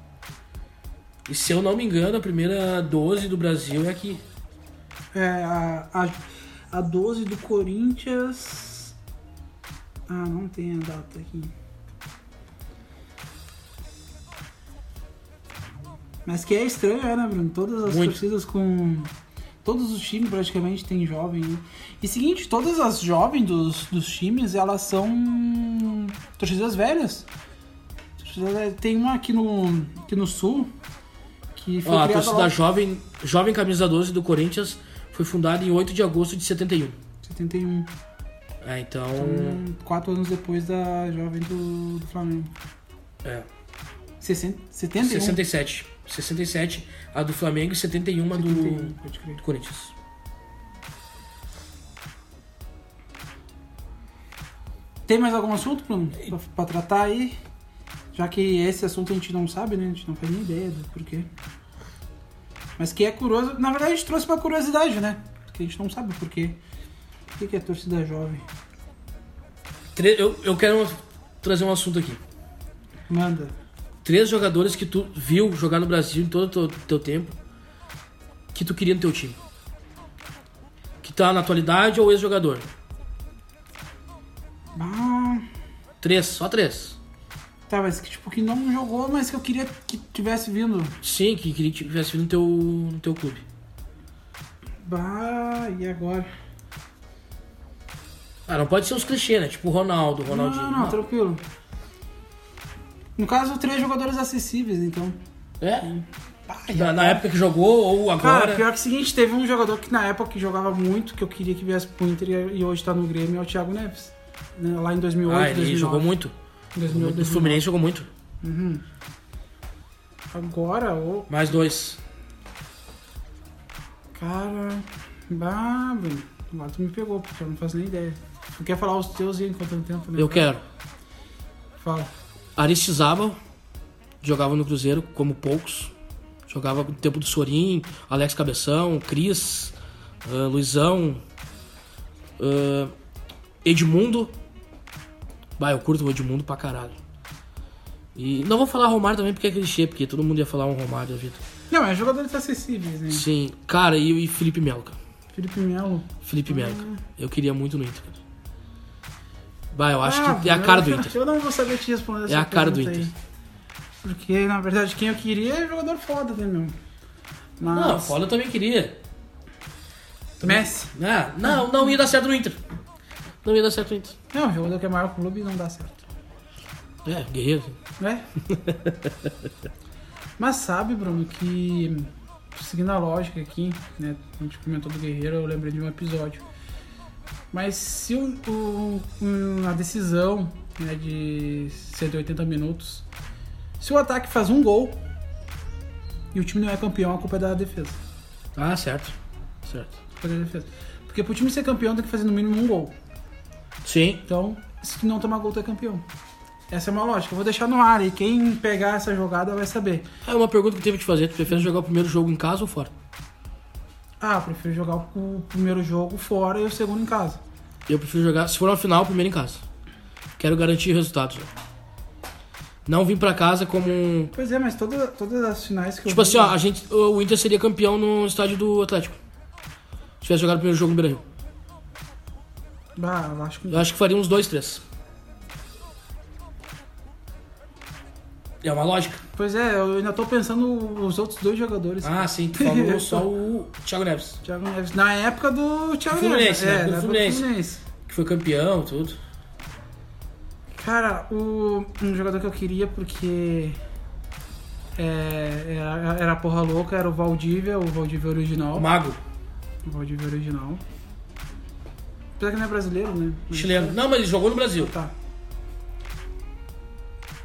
[SPEAKER 2] E se eu não me engano, a primeira 12 do Brasil é aqui.
[SPEAKER 1] É, a, a, a 12 do Corinthians. Ah, não tem a data aqui. Mas que é estranho, é, né, Bruno? Todas as
[SPEAKER 2] Muito.
[SPEAKER 1] torcidas com. Todos os times praticamente tem jovem. né? E seguinte, todas as jovens dos, dos times, elas são torcidas velhas. Torcidas velhas. Tem uma aqui no, aqui no sul que foi
[SPEAKER 2] Ó, Ah, a
[SPEAKER 1] criada
[SPEAKER 2] torcida
[SPEAKER 1] lá-
[SPEAKER 2] jovem, jovem Camisa 12 do Corinthians foi fundada em 8 de agosto de 71.
[SPEAKER 1] 71.
[SPEAKER 2] É, então.
[SPEAKER 1] Hum, Quatro anos depois da jovem do, do Flamengo.
[SPEAKER 2] É.
[SPEAKER 1] 60, 71?
[SPEAKER 2] 67. 67 a do Flamengo e 71 a do,
[SPEAKER 1] 71, pode crer.
[SPEAKER 2] do Corinthians.
[SPEAKER 1] Tem mais algum assunto, Bruno, pra, pra tratar aí? Já que esse assunto a gente não sabe, né? A gente não faz nem ideia do porquê. Mas que é curioso... Na verdade, a gente trouxe uma curiosidade, né? Porque a gente não sabe o porquê. Por que, que é torcida jovem?
[SPEAKER 2] Tre- Eu, eu quero trazer um assunto aqui.
[SPEAKER 1] Manda.
[SPEAKER 2] Três jogadores que tu viu jogar no Brasil em todo o teu, teu tempo que tu queria no teu time. Que tá na atualidade ou ex-jogador?
[SPEAKER 1] Ah,
[SPEAKER 2] Três, só três.
[SPEAKER 1] tá, mas que tipo, que não jogou, mas que eu queria que tivesse vindo.
[SPEAKER 2] Sim, que queria que tivesse vindo no teu, no teu clube.
[SPEAKER 1] Bah, e agora?
[SPEAKER 2] Ah, não pode ser os clichês, né? Tipo o Ronaldo, o Ronaldinho.
[SPEAKER 1] Não, não, tranquilo. No caso, três jogadores acessíveis, então.
[SPEAKER 2] É? Na, na época que jogou ou agora.
[SPEAKER 1] Cara, pior que o seguinte, teve um jogador que na época que jogava muito, que eu queria que viesse pro Inter e- e hoje tá no Grêmio, é o Thiago Neves. Né, Lá em 2008,
[SPEAKER 2] ah, ele
[SPEAKER 1] 2009.
[SPEAKER 2] jogou muito.
[SPEAKER 1] 2008,
[SPEAKER 2] O Fluminense jogou muito.
[SPEAKER 1] 2009. Uhum. Agora, ô,
[SPEAKER 2] Mais dois.
[SPEAKER 1] cara... Bah, Bruno, agora tu me pegou, porque eu não faço nem ideia. Tu quer falar os teus aí enquanto eu tento, né?
[SPEAKER 2] Eu quero.
[SPEAKER 1] Fala.
[SPEAKER 2] Aristizábal jogava no Cruzeiro como poucos. Jogava no tempo do Sorin, Alex Cabeção, Cris, ah, Luizão, ah, Edmundo. Bah, eu curto o Edmundo pra caralho. E não vou falar Romário também porque é clichê, porque todo mundo ia falar um Romário da vida.
[SPEAKER 1] Não, é jogadores acessíveis, né?
[SPEAKER 2] Sim, cara, e, e Felipe Melo, cara.
[SPEAKER 1] Felipe Melo.
[SPEAKER 2] Felipe Melo, cara. Eu queria muito no Inter, cara. Bah, eu acho
[SPEAKER 1] Ah,
[SPEAKER 2] que é a cara do
[SPEAKER 1] eu-
[SPEAKER 2] Inter. É
[SPEAKER 1] Eu não vou saber te responder essa
[SPEAKER 2] a cara do
[SPEAKER 1] pergunta
[SPEAKER 2] Inter.
[SPEAKER 1] aí. Porque, na verdade, quem eu queria é jogador foda, né, meu? Mas...
[SPEAKER 2] Não, foda eu também queria.
[SPEAKER 1] Messi.
[SPEAKER 2] Ah, não, não ia dar certo no Inter. Não ia dar certo no Inter.
[SPEAKER 1] Não, jogador que é maior que o clube não dá certo.
[SPEAKER 2] É, guerreiro.
[SPEAKER 1] Né? Mas sabe, Bruno, que seguindo a lógica aqui, né? A gente comentou do Guerreiro, eu lembrei de um episódio. Mas se o, o- um- a decisão né, de 180 minutos, se o ataque faz um gol e o time não é campeão, a culpa é da defesa.
[SPEAKER 2] Ah, certo. Certo.
[SPEAKER 1] Culpa é da defesa. Porque pro time ser campeão tem que fazer no mínimo um gol.
[SPEAKER 2] Sim.
[SPEAKER 1] Então, se tu não tomar gol, tu é campeão. Essa é uma lógica. Eu vou deixar no ar e quem pegar essa jogada vai saber.
[SPEAKER 2] É uma pergunta que eu tive que te fazer. Tu prefere jogar o primeiro jogo em casa ou fora?
[SPEAKER 1] Ah, eu prefiro jogar o o primeiro jogo fora e o segundo em casa.
[SPEAKER 2] Eu prefiro jogar, se for uma final, primeiro em casa. Quero garantir resultados. Não vim pra casa como um.
[SPEAKER 1] Pois é, mas toda, todas as finais que
[SPEAKER 2] Tipo
[SPEAKER 1] eu
[SPEAKER 2] assim, ó, a gente, o Inter seria campeão no estádio do Atlético. Se tivesse jogado o primeiro jogo no Beira-Rio.
[SPEAKER 1] assim, ó. Ah, eu acho que.
[SPEAKER 2] Eu acho que faria uns dois, três. É uma lógica.
[SPEAKER 1] Pois é, eu ainda tô pensando os outros dois jogadores.
[SPEAKER 2] Ah, sim, tu
[SPEAKER 1] [LAUGHS]
[SPEAKER 2] falou só o Thiago Neves,
[SPEAKER 1] Thiago Neves. Na época do Thiago Neves.
[SPEAKER 2] Fluminense, né?
[SPEAKER 1] É,
[SPEAKER 2] Do
[SPEAKER 1] na época do
[SPEAKER 2] Fluminense.
[SPEAKER 1] Fluminense.
[SPEAKER 2] que foi campeão, tudo.
[SPEAKER 1] Cara, o, um jogador que eu queria porque é, era, era porra louca, era o Valdívia, o Valdívia original.
[SPEAKER 2] O Mago,
[SPEAKER 1] O Valdívia original. Apesar que não é brasileiro, né? Mas-
[SPEAKER 2] chileno. Não, mas ele jogou no Brasil.
[SPEAKER 1] Tá.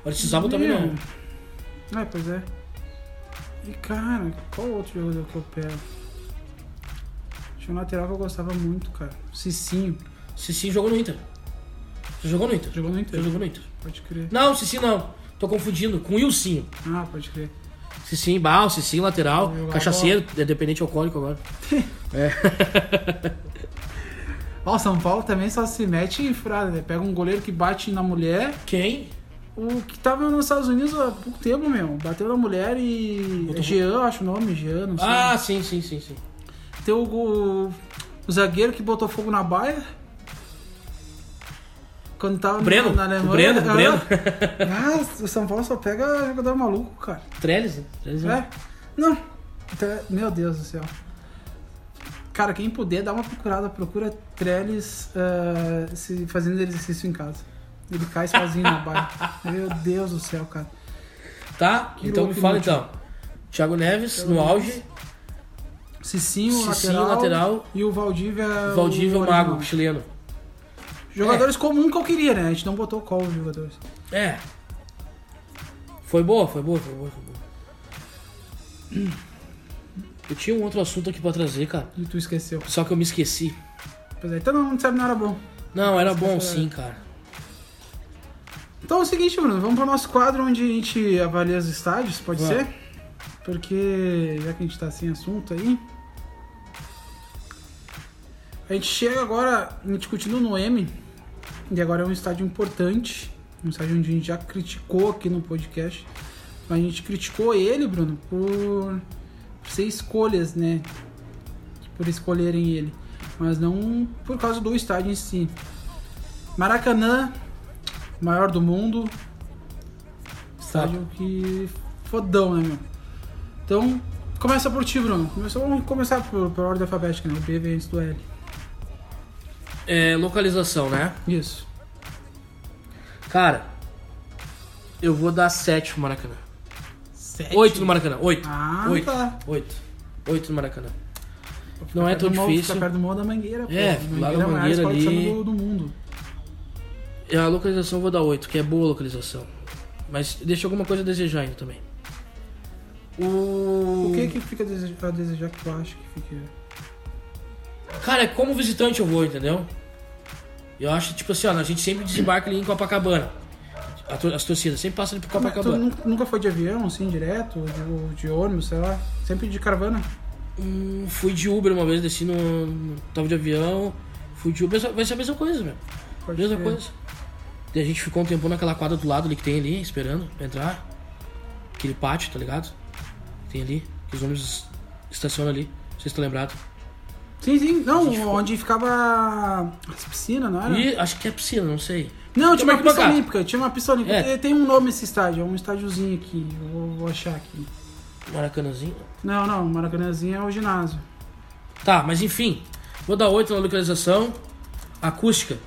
[SPEAKER 2] O Aristizábal também não.
[SPEAKER 1] É, pois é. E cara, qual outro jogador que eu pego? Tinha um lateral que eu gostava muito, cara. Cicinho.
[SPEAKER 2] Cicinho jogou no Inter. Você jogou no Inter?
[SPEAKER 1] Jogou no
[SPEAKER 2] Você
[SPEAKER 1] Inter.
[SPEAKER 2] jogou no Inter.
[SPEAKER 1] Pode crer.
[SPEAKER 2] Não, Cicinho não. Tô confundindo com o Ilcinho.
[SPEAKER 1] Ah, pode crer.
[SPEAKER 2] Cicinho, bal, Cicinho, lateral,
[SPEAKER 1] Jogava
[SPEAKER 2] cachaceiro, é dependente alcoólico agora.
[SPEAKER 1] Ó, o São Paulo também só se mete em furada, né? Pega um goleiro que bate na mulher.
[SPEAKER 2] Quem?
[SPEAKER 1] O que tava nos Estados Unidos há pouco tempo, meu. Bateu na mulher e.
[SPEAKER 2] Outro-
[SPEAKER 1] Jean, eu acho o nome, Jean, não sei.
[SPEAKER 2] Ah, sim, sim, sim, sim.
[SPEAKER 1] Tem o, o, o zagueiro que botou fogo na baia. Quando tava na-
[SPEAKER 2] Breno,
[SPEAKER 1] na
[SPEAKER 2] o
[SPEAKER 1] Alemanha.
[SPEAKER 2] Breno, o
[SPEAKER 1] Ah.
[SPEAKER 2] Breno.
[SPEAKER 1] Ah, o São Paulo só pega jogador maluco, cara.
[SPEAKER 2] Trellis, né? Trellis é.
[SPEAKER 1] É? Não. Tre- Meu Deus do céu. Cara, quem puder, dá uma procurada. Procura Trellis ah, se fazendo exercício em casa. Ele cai sozinho na
[SPEAKER 2] [LAUGHS]
[SPEAKER 1] baia. Meu Deus do céu, cara.
[SPEAKER 2] Tá?
[SPEAKER 1] É? Que
[SPEAKER 2] então
[SPEAKER 1] louco,
[SPEAKER 2] me fala
[SPEAKER 1] inútil.
[SPEAKER 2] então. Thiago Neves no auge,
[SPEAKER 1] Cicinho,
[SPEAKER 2] Cicinho,
[SPEAKER 1] lateral,
[SPEAKER 2] lateral.
[SPEAKER 1] E o Valdívia.
[SPEAKER 2] Valdívia, o
[SPEAKER 1] original.
[SPEAKER 2] Mago, chileno.
[SPEAKER 1] Jogadores comuns que eu queria, né? A gente não botou qual os jogadores.
[SPEAKER 2] É. Foi boa, foi boa, foi boa, foi boa. Eu tinha um outro assunto aqui pra trazer, cara.
[SPEAKER 1] E tu esqueceu.
[SPEAKER 2] Só que eu me esqueci.
[SPEAKER 1] Pois é, então não, não sabe, não era bom.
[SPEAKER 2] Não, era bom
[SPEAKER 1] Esqueceu,
[SPEAKER 2] sim, cara.
[SPEAKER 1] Então é o seguinte, Bruno, vamos pro nosso quadro onde a gente avalia os estádios, pode
[SPEAKER 2] Vamos.
[SPEAKER 1] ser? Porque já que a gente tá sem assunto aí. A gente chega agora, a gente continua no M, e agora é um estádio importante, um estádio onde a gente já criticou aqui no podcast, mas a gente criticou ele, Bruno, por, por ser escolhas, né? Por escolherem ele, mas não por causa do estádio em si. Maracanã, maior do mundo, estádio que fodão, né, meu? Então, começa por ti, Bruno. Começa- vamos começar por, por ordem alfabética, né? O B vem antes do L.
[SPEAKER 2] É, localização, né?
[SPEAKER 1] Isso.
[SPEAKER 2] Cara, eu vou dar 7 pro Maracanã.
[SPEAKER 1] Sete.
[SPEAKER 2] 8 no Maracanã, 8.
[SPEAKER 1] Ah,
[SPEAKER 2] 8.
[SPEAKER 1] tá.
[SPEAKER 2] 8. no Maracanã.
[SPEAKER 1] Fica
[SPEAKER 2] Não é
[SPEAKER 1] perto
[SPEAKER 2] tão
[SPEAKER 1] do morro,
[SPEAKER 2] difícil.
[SPEAKER 1] Fica perto do morro da Mangueira,
[SPEAKER 2] É,
[SPEAKER 1] pô. Mangueira
[SPEAKER 2] lá na
[SPEAKER 1] é a maior
[SPEAKER 2] Mangueira
[SPEAKER 1] escola de
[SPEAKER 2] ali.
[SPEAKER 1] samba do, do mundo.
[SPEAKER 2] É, A localização eu vou dar 8, que é boa a localização. Mas deixa alguma coisa a desejar ainda também. O.
[SPEAKER 1] O que que fica a desejar, a desejar que tu acha que fica...
[SPEAKER 2] Cara, é como visitante eu vou, entendeu? Eu acho, tipo assim, ó, a gente sempre desembarca ali em Copacabana. A tor- As torcidas sempre passam ali pro
[SPEAKER 1] Mas Tu
[SPEAKER 2] Copacabana.
[SPEAKER 1] nunca- nunca foi de avião, assim, direto? Ou de, ou de ônibus, sei lá? Sempre de caravana?
[SPEAKER 2] Hum, fui de Uber uma vez, desci no. no- Tava de avião, fui de Uber. Vai ser a mesma coisa, meu.
[SPEAKER 1] Pode
[SPEAKER 2] Mesma
[SPEAKER 1] ser.
[SPEAKER 2] coisa. E a gente ficou um tempão naquela quadra do lado ali que tem ali, esperando pra entrar. Aquele pátio, tá ligado? Que tem ali, que os ônibus estacionam ali. Vocês estão lembrados?
[SPEAKER 1] Sim, sim. Não,
[SPEAKER 2] gente ficou-
[SPEAKER 1] onde ficava as piscinas, Ah, não era?
[SPEAKER 2] E acho que é piscina, não sei.
[SPEAKER 1] Não, tinha
[SPEAKER 2] Como é
[SPEAKER 1] uma
[SPEAKER 2] que
[SPEAKER 1] pista
[SPEAKER 2] bancar?
[SPEAKER 1] olímpica, tinha uma pista olímpica.
[SPEAKER 2] É.
[SPEAKER 1] Tem- Tem um nome esse estádio, é um estádiozinho aqui, eu vou, vou achar aqui.
[SPEAKER 2] Maracanãzinho.
[SPEAKER 1] Não, não, Maracanãzinho é o ginásio.
[SPEAKER 2] Tá, mas enfim. Vou dar 8 na localização. Acústica.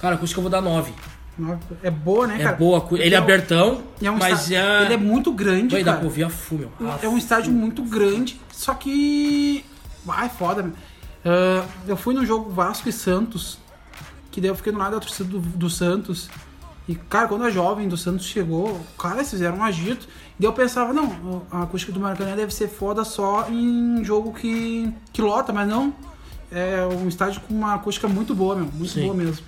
[SPEAKER 2] Cara, acústica eu vou dar 9.
[SPEAKER 1] Nove- É boa, né,
[SPEAKER 2] É
[SPEAKER 1] cara?
[SPEAKER 2] boa. acu- Ele é
[SPEAKER 1] um-
[SPEAKER 2] abertão,
[SPEAKER 1] E é um
[SPEAKER 2] mas
[SPEAKER 1] estádio,
[SPEAKER 2] é...
[SPEAKER 1] Ele é muito grande,
[SPEAKER 2] Vai dar
[SPEAKER 1] cara.
[SPEAKER 2] pra ouvir a fumo, meu. Ah,
[SPEAKER 1] É um estádio muito grande, só que... Ai, foda, meu. Ah, eu fui no jogo Vasco e Santos, que daí eu fiquei no lado da torcida do, do Santos. E, cara, quando a jovem do Santos chegou, cara, eles fizeram um agito. E daí eu pensava, não, a acústica do Maracanã deve ser foda só em jogo que, que lota, mas não. É um estádio com uma acústica muito boa, meu. Muito
[SPEAKER 2] Sim.
[SPEAKER 1] boa mesmo.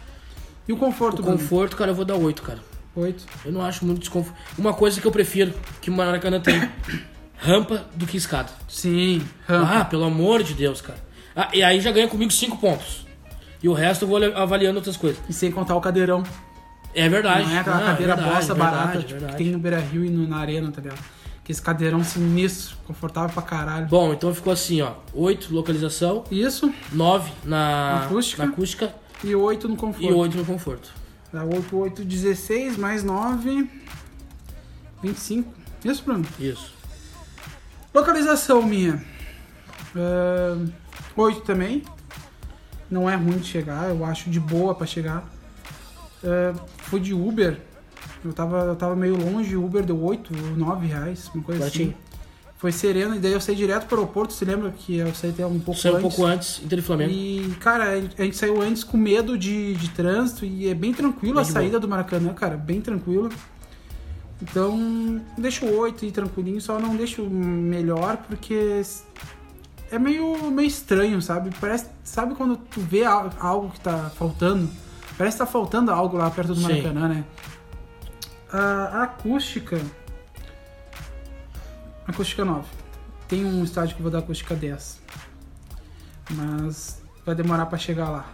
[SPEAKER 1] E o conforto,
[SPEAKER 2] O
[SPEAKER 1] Bruno?
[SPEAKER 2] conforto, cara, eu vou dar 8, cara.
[SPEAKER 1] Oito.
[SPEAKER 2] Eu não acho muito desconforto. Uma coisa que eu prefiro que o Maracanã tem: [COUGHS] rampa do que escada.
[SPEAKER 1] Sim.
[SPEAKER 2] Ah, pelo amor de Deus, cara. Ah, e aí já ganha comigo 5 pontos. E o resto eu vou avaliando outras coisas.
[SPEAKER 1] E sem contar o cadeirão.
[SPEAKER 2] É verdade.
[SPEAKER 1] Não é aquela
[SPEAKER 2] Ah,
[SPEAKER 1] cadeira
[SPEAKER 2] verdade,
[SPEAKER 1] bosta
[SPEAKER 2] verdade, é
[SPEAKER 1] barata tipo,
[SPEAKER 2] verdade.
[SPEAKER 1] que tem no Beira Rio e no, na Arena, tá ligado? Que esse cadeirão sinistro, confortável pra caralho.
[SPEAKER 2] Bom, então ficou assim, ó. 8, localização.
[SPEAKER 1] Isso,
[SPEAKER 2] 9 na
[SPEAKER 1] Acústica.
[SPEAKER 2] na acústica
[SPEAKER 1] e 8 no conforto.
[SPEAKER 2] e 8 no conforto.
[SPEAKER 1] Dá 8, 8, 16, mais 9, 25. Isso, Bruno?
[SPEAKER 2] Isso.
[SPEAKER 1] Localização minha. 8 também. Não é ruim de chegar, eu acho de boa pra chegar. Ah, fui de Uber. Eu tava, eu tava meio longe, o Uber deu 8, 9 reais, uma coisa
[SPEAKER 2] Baratinho.
[SPEAKER 1] assim. Foi sereno, e daí eu saí direto pro aeroporto, você lembra que eu saí até um pouco
[SPEAKER 2] Saiu um
[SPEAKER 1] antes.
[SPEAKER 2] pouco antes, Inter e Flamengo.
[SPEAKER 1] E, cara, a gente saiu antes com medo de, de trânsito e é bem tranquilo
[SPEAKER 2] Bem
[SPEAKER 1] a
[SPEAKER 2] de
[SPEAKER 1] saída do Maracanã, cara, bem tranquilo. Então, deixa o 8 e tranquilinho, só não deixa o melhor, porque é meio, meio estranho, sabe? Parece, sabe quando tu vê al- algo que tá faltando? Parece que tá faltando algo lá perto do
[SPEAKER 2] Sim.
[SPEAKER 1] Maracanã, né? Ah, A, a acústica. Acústica 9. Tem um estádio que eu vou dar acústica 10. Mas vai demorar pra chegar lá.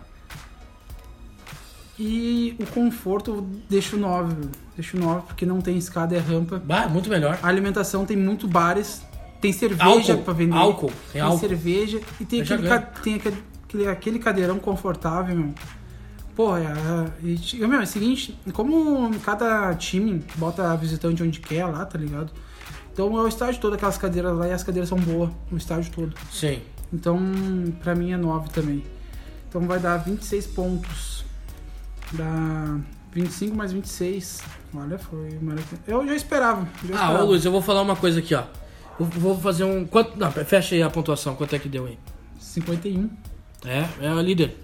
[SPEAKER 1] E o conforto eu deixo 9, viu? deixo 9 porque não tem escada, é rampa.
[SPEAKER 2] Bah, muito melhor.
[SPEAKER 1] A alimentação tem muito bares, tem cerveja
[SPEAKER 2] Álcool,
[SPEAKER 1] pra vender.
[SPEAKER 2] álcool, tem
[SPEAKER 1] tem
[SPEAKER 2] álcool.
[SPEAKER 1] cerveja e tem,
[SPEAKER 2] Eu já
[SPEAKER 1] aquele, ca- tem aquele, aquele- aquele cadeirão confortável, meu. Porra, é, e ti- meu, é o seguinte, como cada time bota visitante onde quer lá, tá ligado? Então é o estádio todo, aquelas cadeiras lá, e as cadeiras são boas, o estádio todo.
[SPEAKER 2] Sim.
[SPEAKER 1] Então, pra mim é 9 também. Então vai dar 26 pontos. Dá 25 mais 26. Olha, foi maravilhoso. Eu já esperava. já
[SPEAKER 2] Ah,
[SPEAKER 1] esperava.
[SPEAKER 2] ô Luiz, eu vou falar uma coisa aqui, ó. Eu vou fazer um. Quanto... Não, fecha aí a pontuação, quanto é que deu aí?
[SPEAKER 1] 51.
[SPEAKER 2] É, é o líder.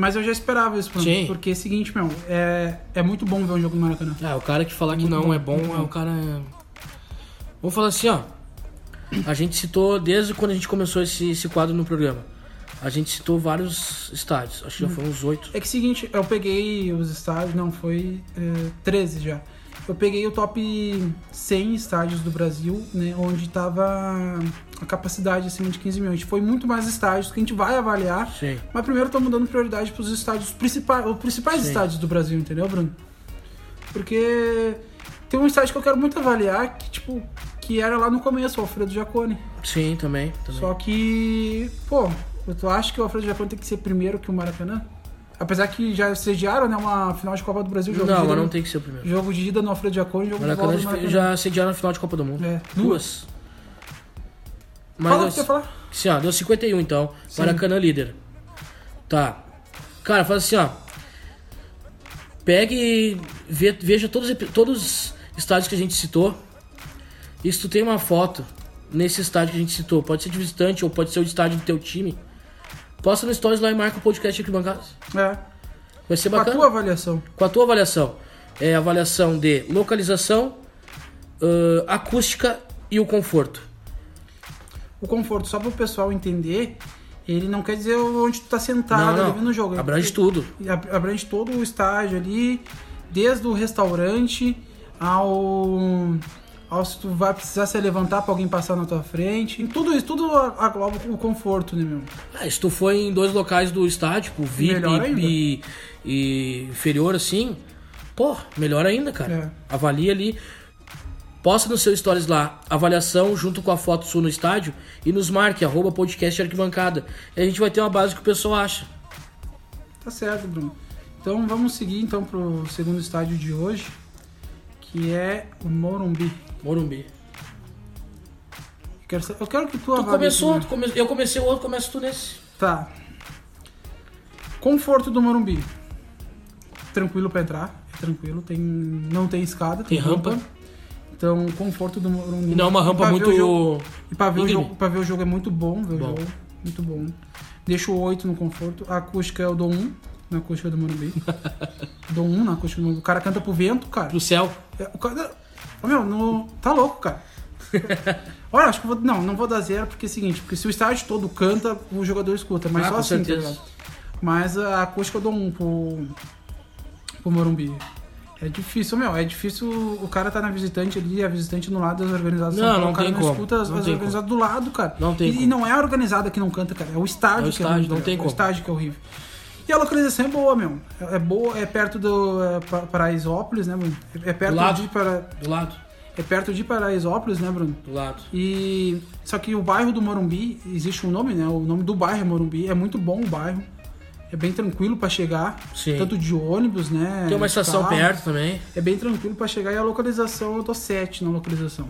[SPEAKER 1] Mas eu já esperava isso, mano,
[SPEAKER 2] Sim.
[SPEAKER 1] porque é o seguinte, meu, é, é muito bom ver um jogo no Maracanã.
[SPEAKER 2] Ah, o cara que falar que não é bom é o cara. Vamos falar assim, ó. A gente citou, desde quando a gente começou esse, esse quadro no programa, a gente citou vários estádios. Acho que já foram uns oito.
[SPEAKER 1] É que é o seguinte, eu peguei os estádios, não, foi é, 13 já. Eu peguei o top 100 estádios do Brasil, né, onde tava a capacidade acima de 15 milhões. Foi muito mais estádios que a gente vai avaliar,
[SPEAKER 2] Sim.
[SPEAKER 1] Mas primeiro eu tô mudando prioridade pros estádios principais, os principais
[SPEAKER 2] Sim.
[SPEAKER 1] estádios do Brasil, entendeu, Bruno? Porque tem um estádio que eu quero muito avaliar, que tipo, que era lá no começo, o Alfredo Jacone.
[SPEAKER 2] Sim, também. também.
[SPEAKER 1] Só que, pô, tu acha que o Alfredo Jacone tem que ser primeiro que o Maracanã? Apesar que já sediaram, né, uma final de Copa do Brasil, jogo de
[SPEAKER 2] Não,
[SPEAKER 1] ida,
[SPEAKER 2] mas não
[SPEAKER 1] no-
[SPEAKER 2] tem que ser o primeiro.
[SPEAKER 1] jogo de ida no Alfredo Jacone, jogo
[SPEAKER 2] Maracanã
[SPEAKER 1] de volta no Maracanã.
[SPEAKER 2] já sediaram a final de Copa do Mundo.
[SPEAKER 1] É,
[SPEAKER 2] Duas. Mas
[SPEAKER 1] Fala o
[SPEAKER 2] eu-
[SPEAKER 1] que você ia falar.
[SPEAKER 2] Sim, ó, deu 51 então. Maracanã líder. Tá. Cara, faz assim, ó. Pegue e ve- veja todos, os epi- todos os estádios que a gente citou. E se tu tem uma foto nesse estádio que a gente citou, pode ser de visitante ou pode ser o estádio do teu time, posta no Stories lá e marca o podcast aqui Bancadas.
[SPEAKER 1] É,
[SPEAKER 2] Vai ser
[SPEAKER 1] a
[SPEAKER 2] bacana.
[SPEAKER 1] tua avaliação.
[SPEAKER 2] Com a tua avaliação, é a avaliação de localização, ãh, acústica e o conforto.
[SPEAKER 1] O conforto, só pro pessoal entender, ele não quer dizer onde tu tá sentado
[SPEAKER 2] não,
[SPEAKER 1] ali vendo
[SPEAKER 2] não.
[SPEAKER 1] o jogo. né?
[SPEAKER 2] Abrange tudo.
[SPEAKER 1] E ab- abrange todo o estágio ali, desde o restaurante ao, ao se tu vai precisar se levantar pra alguém passar na tua frente. Tudo isso, tudo a- agloba o conforto, né, meu?
[SPEAKER 2] Ah, se tu foi em dois locais do estádio, tipo VIP
[SPEAKER 1] Melhor ainda.
[SPEAKER 2] e, e inferior, assim, pô, melhor ainda, cara.
[SPEAKER 1] É.
[SPEAKER 2] Avalia ali. Posta no seu stories lá, avaliação junto com a foto sua no estádio e nos marque, arroba podcast arquibancada. E a gente vai ter uma base que o pessoal acha.
[SPEAKER 1] Tá certo, Bruno. Então vamos seguir então pro segundo estádio de hoje, que é o Morumbi.
[SPEAKER 2] Morumbi.
[SPEAKER 1] Eu quero, sa- eu quero que tu,
[SPEAKER 2] Tu
[SPEAKER 1] avalie
[SPEAKER 2] começou,
[SPEAKER 1] primeiro.
[SPEAKER 2] tu come- eu comecei o outro, começo tu nesse.
[SPEAKER 1] Tá. Conforto do Morumbi. Tranquilo pra entrar, é tranquilo. Tem, não tem escada, tem,
[SPEAKER 2] Tem rampa.
[SPEAKER 1] Então, conforto do Morumbi.
[SPEAKER 2] E não é uma rampa
[SPEAKER 1] Pra ver o jogo-
[SPEAKER 2] muito.
[SPEAKER 1] E pra ver, o
[SPEAKER 2] íngreme.
[SPEAKER 1] jogo, pra ver o jogo é muito bom, ver o
[SPEAKER 2] Bom.
[SPEAKER 1] jogo. Muito bom. Deixo o 8 no conforto. A acústica é eu dou 1 na acústica do
[SPEAKER 2] [LAUGHS]
[SPEAKER 1] Morumbi. dou 1 na acústica do Morumbi. O cara canta pro vento, cara.
[SPEAKER 2] pro céu.
[SPEAKER 1] É, O cara... Ô, meu, no... tá louco,
[SPEAKER 2] [LAUGHS]
[SPEAKER 1] cara. Olha, acho que eu vou... Não, não vou dar zero, porque é o seguinte, porque se o estádio todo canta, o jogador escuta, mas
[SPEAKER 2] Ah,
[SPEAKER 1] só
[SPEAKER 2] com
[SPEAKER 1] assim, tá
[SPEAKER 2] certeza.
[SPEAKER 1] ligado? Mas a acústica eu dou um pro, pro Morumbi. É difícil, meu, é difícil o cara tá na visitante ali, a visitante no lado das organizadas.
[SPEAKER 2] Não,
[SPEAKER 1] São Paulo,
[SPEAKER 2] não
[SPEAKER 1] o cara
[SPEAKER 2] tem
[SPEAKER 1] não
[SPEAKER 2] como,
[SPEAKER 1] escuta as,
[SPEAKER 2] não
[SPEAKER 1] as
[SPEAKER 2] tem
[SPEAKER 1] organizadas do lado, cara.
[SPEAKER 2] Não tem
[SPEAKER 1] e, e
[SPEAKER 2] como.
[SPEAKER 1] não é a organizada que não canta, cara, é o estádio
[SPEAKER 2] É o
[SPEAKER 1] que é ruim,
[SPEAKER 2] estádio, não
[SPEAKER 1] tá ligado?
[SPEAKER 2] tem
[SPEAKER 1] É
[SPEAKER 2] como.
[SPEAKER 1] o estádio que é horrível. E E a localização é boa, meu. É é boa, é perto do é, Pa- Paraisópolis, né, Bruno? É é perto
[SPEAKER 2] Do lado.
[SPEAKER 1] de para
[SPEAKER 2] Do lado,
[SPEAKER 1] é perto de Paraisópolis, né, Bruno?
[SPEAKER 2] do lado.
[SPEAKER 1] E só que o bairro do Morumbi existe um nome, né? O nome do bairro é Morumbi. É muito bom o bairro. É bem tranquilo pra chegar,
[SPEAKER 2] Sim.
[SPEAKER 1] tanto de ônibus, né?
[SPEAKER 2] Tem uma estação
[SPEAKER 1] carro.
[SPEAKER 2] perto também.
[SPEAKER 1] É bem tranquilo pra chegar e a localização, eu tô 7 na localização.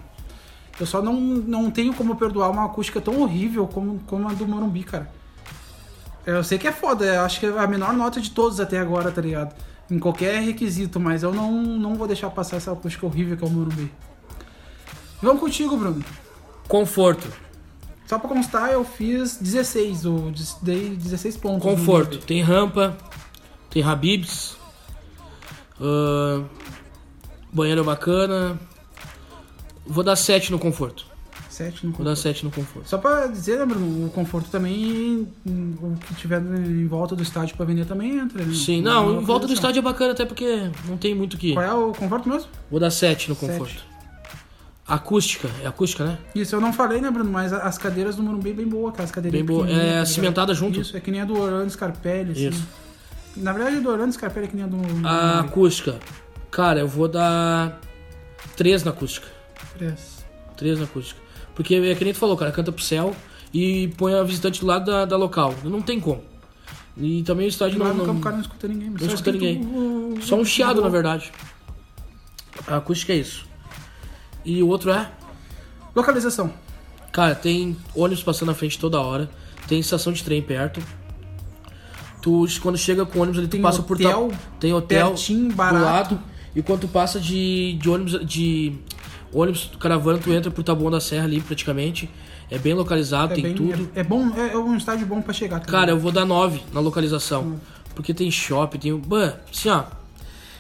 [SPEAKER 1] Eu só não, não tenho como perdoar uma acústica tão horrível como, como a do Morumbi, cara. Eu sei que é foda, eu acho que é a menor nota de todos até agora, tá ligado? Em qualquer requisito, mas eu não, não vou deixar passar essa acústica horrível que é o Morumbi. Vamos contigo, Bruno.
[SPEAKER 2] Conforto.
[SPEAKER 1] Só pra constar, eu fiz 16, eu des- dei 16 pontos. no
[SPEAKER 2] Conforto.
[SPEAKER 1] Morumbi.
[SPEAKER 2] Tem rampa, tem Habibs, ahn, banheiro bacana. Vou dar 7 no conforto.
[SPEAKER 1] Sete no
[SPEAKER 2] Vou dar 7 no conforto.
[SPEAKER 1] Só pra dizer, né, Bruno, o conforto também, hum, o que tiver em volta do estádio pra vender também entra, né?
[SPEAKER 2] Sim,
[SPEAKER 1] é
[SPEAKER 2] não,
[SPEAKER 1] uma
[SPEAKER 2] em volta do
[SPEAKER 1] obrigação.
[SPEAKER 2] estádio é bacana até porque não tem muito o que.
[SPEAKER 1] Qual é o conforto mesmo?
[SPEAKER 2] Vou dar 7 no conforto.
[SPEAKER 1] Sete.
[SPEAKER 2] Acústica, é acústica, né?
[SPEAKER 1] Isso, eu não falei, né, Bruno, mas a- as cadeiras do Morumbi é bem boa, cara, as cadeirinhas
[SPEAKER 2] Bem boa.
[SPEAKER 1] pequenininhas, tá
[SPEAKER 2] É
[SPEAKER 1] ligado?
[SPEAKER 2] cimentada junto.
[SPEAKER 1] Isso, é que nem a do Orlando Scarpelli, assim.
[SPEAKER 2] Isso. Ah.
[SPEAKER 1] Na verdade, a do Orlando Scarpelli é que nem a do Morumbi.
[SPEAKER 2] A acústica. Cara, eu vou dar 3 na acústica.
[SPEAKER 1] Três.
[SPEAKER 2] 3 na acústica. Porque é que nem tu falou, cara, canta pro céu e põe a visitante do lado da, da local. Não tem como. E também o estádio
[SPEAKER 1] Lá
[SPEAKER 2] não.
[SPEAKER 1] no campo
[SPEAKER 2] não-
[SPEAKER 1] o cara não escuta ninguém.
[SPEAKER 2] não escuta ninguém.
[SPEAKER 1] O...
[SPEAKER 2] Só um chiado, na verdade. A acústica é isso. E o outro é.
[SPEAKER 1] Localização.
[SPEAKER 2] Cara, tem ônibus passando na frente toda hora. Tem estação de trem perto. Tu, quando chega com ônibus ali, tu
[SPEAKER 1] Tem
[SPEAKER 2] passa
[SPEAKER 1] hotel,
[SPEAKER 2] por. tal- Tem hotel.
[SPEAKER 1] pertinho,
[SPEAKER 2] Do
[SPEAKER 1] barato.
[SPEAKER 2] lado. E quando tu passa de, de ônibus. De ônibus caravana, tu entra por Taboão da Serra ali, praticamente. É bem localizado,
[SPEAKER 1] É
[SPEAKER 2] tem
[SPEAKER 1] bem-
[SPEAKER 2] tudo.
[SPEAKER 1] É, é bom, é, é um estádio bom pra chegar.
[SPEAKER 2] Cara, eu vou dar 9 na localização.
[SPEAKER 1] Hum.
[SPEAKER 2] Porque tem shopping, tem. Bah, assim, ó.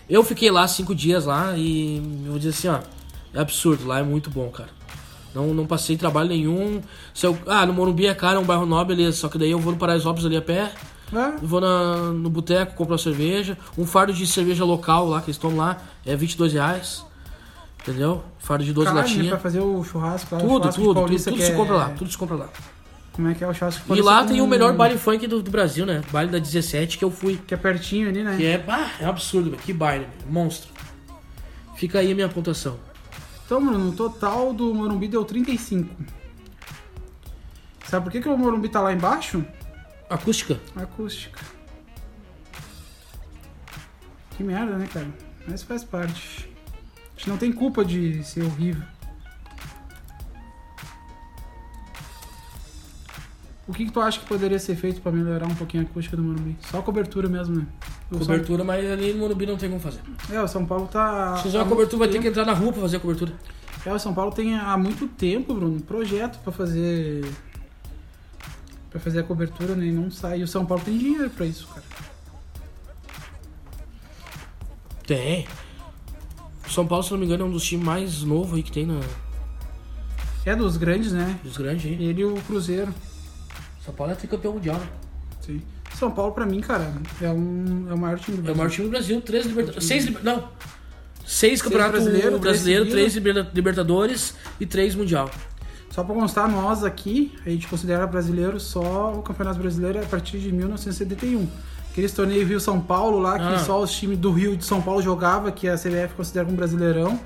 [SPEAKER 2] Eu fiquei lá cinco dias lá e eu vou dizer assim, ó. É absurdo, lá é muito bom, cara. Não, não passei trabalho nenhum. Se eu, ah, no Morumbi é caro, é um bairro nobre, beleza. Só que daí eu vou no Paraisópolis ali a pé.
[SPEAKER 1] É,
[SPEAKER 2] Vou na, no boteco comprar uma cerveja. Um fardo de cerveja local lá que eles tomam lá é 22 reais. Entendeu? Fardo de 12
[SPEAKER 1] carne, né, pra
[SPEAKER 2] latinhas.
[SPEAKER 1] fazer o churrasco lá. o
[SPEAKER 2] Tudo,
[SPEAKER 1] churrasco de
[SPEAKER 2] tudo, tudo,
[SPEAKER 1] Paulista,
[SPEAKER 2] tudo
[SPEAKER 1] que
[SPEAKER 2] se
[SPEAKER 1] é-
[SPEAKER 2] compra lá. Tudo se compra lá.
[SPEAKER 1] Como é que é o churrasco de
[SPEAKER 2] E
[SPEAKER 1] Paulista
[SPEAKER 2] lá tem
[SPEAKER 1] com-
[SPEAKER 2] o melhor baile funk do, do Brasil, né? Baile da 17 que eu fui.
[SPEAKER 1] Que é pertinho ali, né?
[SPEAKER 2] Que é, ah, é um absurdo, velho. Que baile, velho. Monstro. Fica aí a minha pontuação. é-
[SPEAKER 1] Então, Bruno, o total do Morumbi deu 35. Sabe por que, que o Morumbi tá lá embaixo?
[SPEAKER 2] Acústica?
[SPEAKER 1] Acústica. Que merda, né, cara? Mas faz parte. A gente não tem culpa de ser horrível. O que, que tu acha que poderia ser feito pra melhorar um pouquinho a acústica do Morumbi? Só a cobertura mesmo, né? O São-
[SPEAKER 2] Cobertura, mas ali no Morumbi não tem como fazer.
[SPEAKER 1] É, o São Paulo tá.
[SPEAKER 2] Se fizer uma cobertura, vai ter que entrar na rua pra fazer a cobertura.
[SPEAKER 1] É, o São Paulo tem há muito tempo, Bruno, um projeto pra fazer para fazer a cobertura, né? E não sai. E o São Paulo tem dinheiro pra isso, cara.
[SPEAKER 2] Tem. O São Paulo, se não me engano, é um dos times mais novos aí que tem na,
[SPEAKER 1] É dos grandes, né?
[SPEAKER 2] dos grandes aí.
[SPEAKER 1] Ele e o Cruzeiro.
[SPEAKER 2] São Paulo é tricampeão mundial, né?
[SPEAKER 1] Sim. São Paulo, pra mim, cara, é, um, é o maior time do
[SPEAKER 2] É o
[SPEAKER 1] Brasil.
[SPEAKER 2] maior time do Brasil. Três Libertadores. Seis liber- Não. Seis campeonatos
[SPEAKER 1] brasileiro, três
[SPEAKER 2] brasileiros, brasileiro,
[SPEAKER 1] seguidos.
[SPEAKER 2] três liber- Libertadores e três Mundial.
[SPEAKER 1] Só pra constar, nós aqui, a gente considera brasileiro só o Campeonato Brasileiro a partir de 1971. Aqueles torneios Rio-São Paulo lá, que
[SPEAKER 2] Ah.
[SPEAKER 1] só os times do Rio e de São Paulo jogava, que a CBF considera um brasileirão.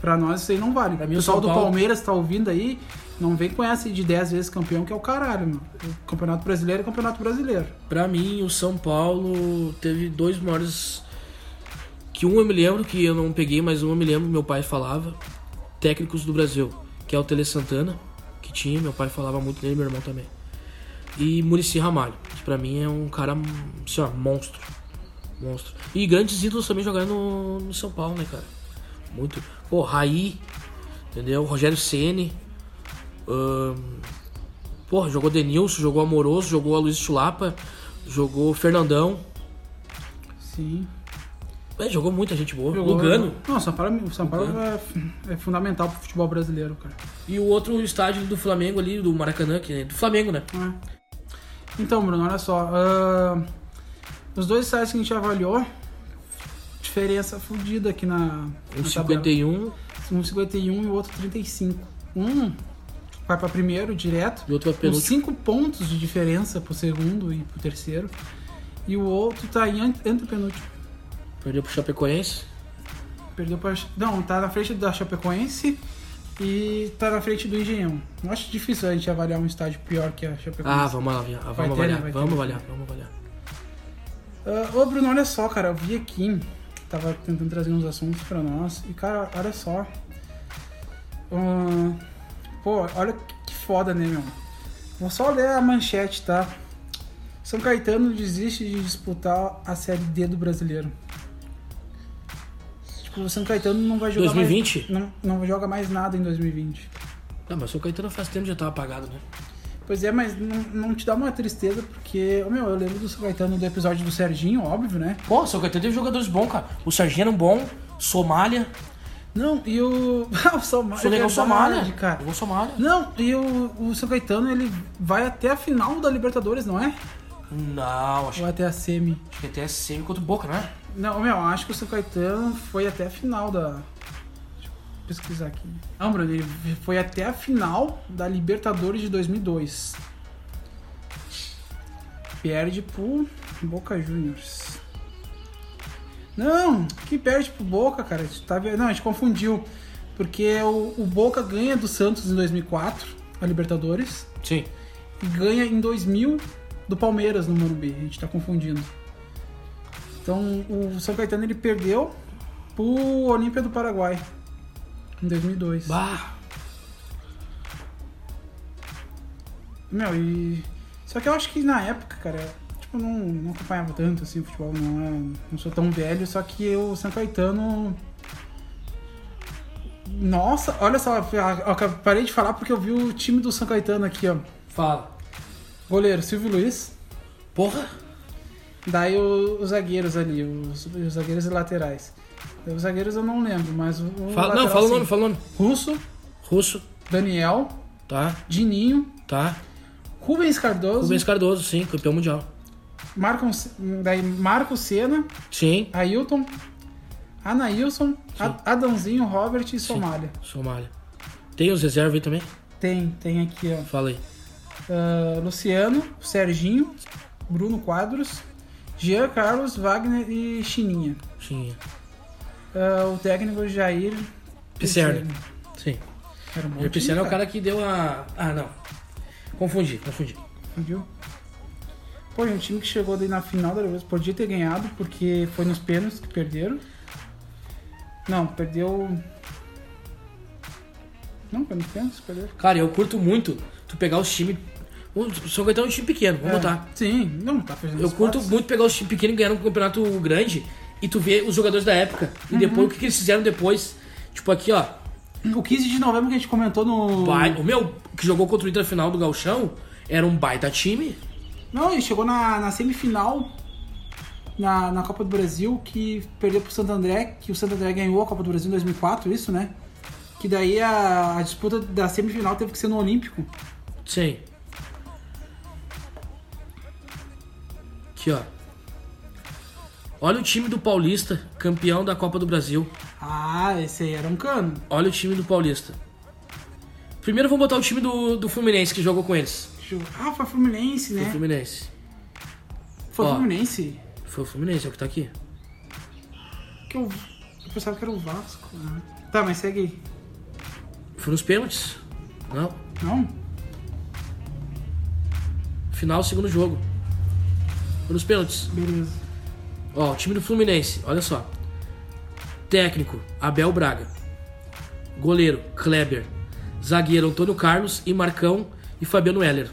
[SPEAKER 1] Pra nós isso aí não vale.
[SPEAKER 2] Pra
[SPEAKER 1] O
[SPEAKER 2] mim, o
[SPEAKER 1] pessoal
[SPEAKER 2] São
[SPEAKER 1] do
[SPEAKER 2] Paulo-
[SPEAKER 1] Palmeiras tá ouvindo aí, não vem com essa de 10 vezes campeão, que é o caralho, mano. O Campeonato Brasileiro é Campeonato Brasileiro.
[SPEAKER 2] Pra mim, o São Paulo teve dois maiores. Que um eu me lembro, que eu não peguei, mas um eu me lembro, meu pai falava. Técnicos do Brasil, que é o Tele Santana, que tinha, meu pai falava muito dele, meu irmão também. E Murici Ramalho, que pra mim é um cara, assim, ó, monstro. Monstro. E grandes ídolos também jogaram no, no São Paulo, né, cara? Muito. Pô, Raí, entendeu? Rogério Ceni ahn, Porra, jogou Denilson, jogou Amoroso, jogou a Luiz Chulapa, jogou Fernandão.
[SPEAKER 1] Sim.
[SPEAKER 2] É, jogou né? muita gente boa.
[SPEAKER 1] Jogou-
[SPEAKER 2] Lugano.
[SPEAKER 1] Não, o São Paulo, o São Paulo
[SPEAKER 2] Lugano.
[SPEAKER 1] é, é fundamental pro futebol brasileiro, cara.
[SPEAKER 2] E o outro estádio do Flamengo ali, do Maracanã, que é do Flamengo, né?
[SPEAKER 1] É. Então, Bruno, olha só. ahn, os dois sites que a gente avaliou, diferença fodida aqui na.
[SPEAKER 2] Um
[SPEAKER 1] na
[SPEAKER 2] 51
[SPEAKER 1] tabela. Um 51 e o outro 35. Um vai pra primeiro direto.
[SPEAKER 2] e outro é
[SPEAKER 1] Com
[SPEAKER 2] penúltimo.
[SPEAKER 1] 5 pontos de diferença pro segundo e pro terceiro. E o outro tá em ante- antepenúltimo.
[SPEAKER 2] Perdeu pro Chapecoense.
[SPEAKER 1] Perdeu pra. Não, tá na frente da Chapecoense e tá na frente do Engenhão. Eu acho difícil a gente avaliar um estádio pior que a
[SPEAKER 2] Ah,
[SPEAKER 1] Chapecoense.
[SPEAKER 2] vamos lá, vamos
[SPEAKER 1] Vai ter,
[SPEAKER 2] avaliar,
[SPEAKER 1] né? Vai ter.
[SPEAKER 2] vamos avaliar, vamos avaliar.
[SPEAKER 1] Ah, ô, Bruno, olha só, cara, eu vi aqui, tava tentando trazer uns assuntos pra nós, e, cara, olha só. Ah, pô, olha que foda, né, meu? Vou só ler a manchete, tá? São Caetano desiste de disputar a Série D do brasileiro. Tipo, o São Caetano não vai jogar
[SPEAKER 2] 2020?
[SPEAKER 1] mais... Não, não joga mais nada em 2020.
[SPEAKER 2] Não, mas o Caetano faz tempo já tava apagado, né?
[SPEAKER 1] Pois é, mas não, não te dá uma tristeza, porque... ô, Meu, eu lembro do São Caetano do episódio do Serginho, óbvio, né?
[SPEAKER 2] Pô, o São Caetano teve jogadores bons, cara. O Serginho era um bom, Somália,
[SPEAKER 1] Não, e o. [LAUGHS] Ah, o Somália.
[SPEAKER 2] sou legal
[SPEAKER 1] verdade,
[SPEAKER 2] Somália.
[SPEAKER 1] cara.
[SPEAKER 2] Jogou Somália.
[SPEAKER 1] Não, e o, o São Caetano, ele vai até a final da Libertadores, não é?
[SPEAKER 2] Não, acho,
[SPEAKER 1] Ou até a semi?
[SPEAKER 2] acho que até é semi contra o Boca, não é?
[SPEAKER 1] Não, meu, acho que o São Caetano foi até a final da. Deixa eu pesquisar aqui. Não, Bruno, ele foi até a final da Libertadores de 2002. Perde pro Boca Juniors. Não, que perde pro Boca, cara. A gente tá vendo- Não, a gente confundiu. Porque o, o Boca ganha do Santos em 2004, a Libertadores,
[SPEAKER 2] Sim.
[SPEAKER 1] e ganha em 2000 do Palmeiras no Morumbi. A gente tá confundindo. Então, o São Caetano ele perdeu pro Olímpia do Paraguai em 2002.
[SPEAKER 2] Bah,
[SPEAKER 1] Meu, e só que eu acho que na época, cara, tipo, eu não, não acompanhava tanto assim o futebol, não é, não sou tão velho, só que o São Caetano Nossa, olha só, eu eu parei de falar porque eu vi o time do São Caetano aqui, ó.
[SPEAKER 2] fala.
[SPEAKER 1] Goleiro Silvio Luiz,
[SPEAKER 2] Porra,
[SPEAKER 1] Daí o- os zagueiros ali, os, os zagueiros e laterais. Daí os zagueiros eu não lembro, mas o. o
[SPEAKER 2] fala, não,
[SPEAKER 1] Um lateral, assim.
[SPEAKER 2] fala o
[SPEAKER 1] sim.
[SPEAKER 2] nome, fala o nome.
[SPEAKER 1] Russo,
[SPEAKER 2] Russo,
[SPEAKER 1] Daniel,
[SPEAKER 2] tá,
[SPEAKER 1] Dininho,
[SPEAKER 2] tá.
[SPEAKER 1] Rubens Cardoso,
[SPEAKER 2] Rubens Cardoso, sim, campeão mundial.
[SPEAKER 1] Marcon, daí Marco Senna,
[SPEAKER 2] Sim,
[SPEAKER 1] Ailton, Anailson, A- Adãozinho, Robert e Somália.
[SPEAKER 2] Somália. Tem os reservas aí também?
[SPEAKER 1] Tem, tem aqui, ó.
[SPEAKER 2] Fala aí.
[SPEAKER 1] Ah, Luciano, Serginho, Bruno Quadros, Jean Carlos, Wagner e Chininha.
[SPEAKER 2] Sim.
[SPEAKER 1] Ah, o técnico Jair
[SPEAKER 2] Pisserni. Sim.
[SPEAKER 1] Era um bom
[SPEAKER 2] O Pisciano é
[SPEAKER 1] time,
[SPEAKER 2] o cara que deu a. Ah, não. Confundi, confundi.
[SPEAKER 1] Viu? Pô, e um time que chegou daí na final da Libertadores podia ter ganhado, porque foi nos pênaltis que perderam. Não, perdeu. Não, foi nos pênaltis que perderam.
[SPEAKER 2] Cara, eu curto muito tu pegar os times. O São Caetano é um time pequeno, vamos
[SPEAKER 1] É,
[SPEAKER 2] botar.
[SPEAKER 1] Sim, não, tá fazendo
[SPEAKER 2] Eu
[SPEAKER 1] os
[SPEAKER 2] curto
[SPEAKER 1] quatro.
[SPEAKER 2] muito pegar os times pequenos e ganhar um campeonato grande e tu vê os jogadores da época.
[SPEAKER 1] Uhum.
[SPEAKER 2] E depois, o que, que eles fizeram depois? Tipo aqui, ó.
[SPEAKER 1] O 15 de novembro que a gente comentou no.
[SPEAKER 2] bai- O meu, que jogou contra o Inter na final do Galchão, era um baita time.
[SPEAKER 1] Não, ele chegou na, na semifinal na, na Copa do Brasil, que perdeu pro Santo André, que o Santo André ganhou a Copa do Brasil em 2004, isso, né? Que daí a, a disputa da semifinal teve que ser no Olímpico.
[SPEAKER 2] Sim. Aqui, ó. Olha o time do Paulista, campeão da Copa do Brasil.
[SPEAKER 1] Ah, esse aí era um cano.
[SPEAKER 2] Olha o time do Paulista. Primeiro vamos botar o time do, do Fluminense que jogou com eles.
[SPEAKER 1] Deixa eu- Ah, foi Fluminense,
[SPEAKER 2] Foi o
[SPEAKER 1] né?
[SPEAKER 2] Fluminense.
[SPEAKER 1] Foi
[SPEAKER 2] Ó.
[SPEAKER 1] Fluminense.
[SPEAKER 2] Foi o Fluminense, é o que tá aqui.
[SPEAKER 1] Que eu... eu pensava que era o Vasco. né? Tá, mas segue aí.
[SPEAKER 2] Foi nos pênaltis. Não.
[SPEAKER 1] Não?
[SPEAKER 2] Final, segundo jogo. Foi nos pênaltis.
[SPEAKER 1] Beleza.
[SPEAKER 2] Ó, o time do Fluminense, olha só. Técnico, Abel Braga. Goleiro, Kleber. Zagueiro, Antônio Carlos e Marcão e Fabiano Heller.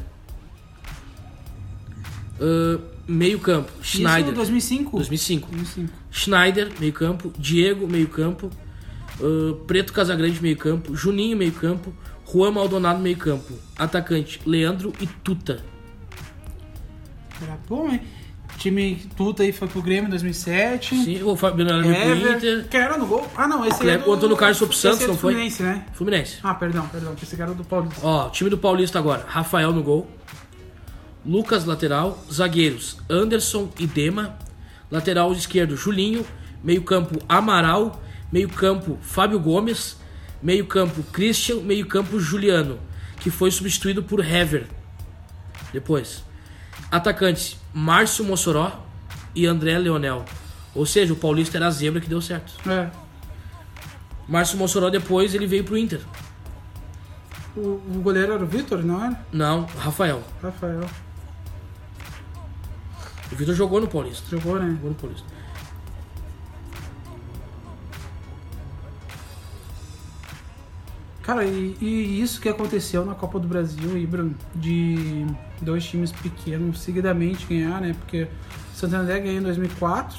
[SPEAKER 2] Ahn, meio campo,
[SPEAKER 1] Isso é
[SPEAKER 2] Schneider.
[SPEAKER 1] em 2005?
[SPEAKER 2] 2005.
[SPEAKER 1] 2005.
[SPEAKER 2] Schneider, meio campo. Diego, meio campo. Ahn, Preto Casagrande, meio campo. Juninho, meio campo. Juan Maldonado, meio campo. Atacante, Leandro e Tuta.
[SPEAKER 1] Era bom, hein? Time Tuta aí foi pro Grêmio em 2007.
[SPEAKER 2] Sim, o Fabiano Heller veio pro
[SPEAKER 1] Ever-
[SPEAKER 2] Inter.
[SPEAKER 1] Quem era no gol? Ah, não, esse aí é
[SPEAKER 2] Kleber- o Antônio Carlos foi pro
[SPEAKER 1] esse aí é
[SPEAKER 2] Santos,
[SPEAKER 1] do
[SPEAKER 2] não foi?
[SPEAKER 1] Fluminense, né?
[SPEAKER 2] Fluminense.
[SPEAKER 1] Ah, perdão, perdão. Esse cara era do Paulista.
[SPEAKER 2] Ó, o time do Paulista agora. Rafael no gol. Lucas, lateral. Zagueiros, Anderson e Dema. Lateral esquerdo, Julinho. Meio campo, Amaral. Meio campo, Fábio Gomes. Meio campo, Christian. Meio campo, Juliano. Que foi substituído por Hever. Depois. Atacantes, Márcio Mossoró. e André Leonel. Ou seja, o Paulista era a zebra que deu certo.
[SPEAKER 1] É.
[SPEAKER 2] Márcio Mossoró depois ele veio pro Inter.
[SPEAKER 1] O, o goleiro era o Vitor, não era?
[SPEAKER 2] Não, Rafael.
[SPEAKER 1] Rafael.
[SPEAKER 2] O Vitor jogou no Paulista.
[SPEAKER 1] Jogou, né?
[SPEAKER 2] Jogou no Paulista.
[SPEAKER 1] Cara, e, e isso que aconteceu na Copa do Brasil, Ibram, de dois times pequenos seguidamente ganhar, né? Porque o Santander ganhou em 2004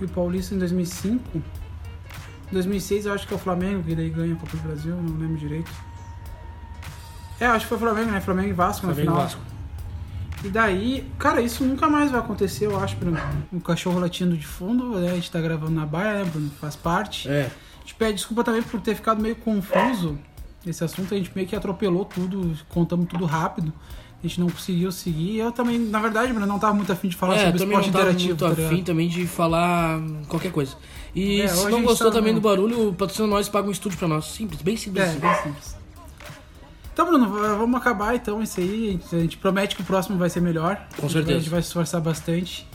[SPEAKER 1] e o Paulista em 2005. Em 2006 eu acho que é o Flamengo que daí ganha a Copa do Brasil, não lembro direito. É, acho que foi o Flamengo, né? Flamengo e Vasco na
[SPEAKER 2] Flamengo e
[SPEAKER 1] final.
[SPEAKER 2] Vasco.
[SPEAKER 1] E daí, cara, isso nunca mais vai acontecer, eu acho, Bruno. Um cachorro latindo de fundo, né? A gente tá gravando na baia, né, Bruno? Faz parte.
[SPEAKER 2] É.
[SPEAKER 1] A gente pede desculpa também por ter ficado meio confuso esse assunto. A gente meio que atropelou tudo, contamos tudo rápido. A gente não conseguiu seguir. Eu também, na verdade, Bruno, não tava muito afim de falar
[SPEAKER 2] é,
[SPEAKER 1] sobre
[SPEAKER 2] também
[SPEAKER 1] esporte
[SPEAKER 2] não tava
[SPEAKER 1] interativo.
[SPEAKER 2] muito
[SPEAKER 1] tá ligado?
[SPEAKER 2] afim também de falar qualquer coisa. E
[SPEAKER 1] É, hoje
[SPEAKER 2] se
[SPEAKER 1] a
[SPEAKER 2] não
[SPEAKER 1] gente
[SPEAKER 2] gostou
[SPEAKER 1] tá
[SPEAKER 2] também
[SPEAKER 1] no-
[SPEAKER 2] do barulho, patrocina nós e paga um estúdio pra nós. Simples, bem simples.
[SPEAKER 1] É,
[SPEAKER 2] assim.
[SPEAKER 1] bem simples. Então, Bruno, v- vamos acabar então isso aí. A gente, a gente promete que o próximo vai ser melhor. A gente vai-
[SPEAKER 2] certeza.
[SPEAKER 1] A gente vai se esforçar bastante.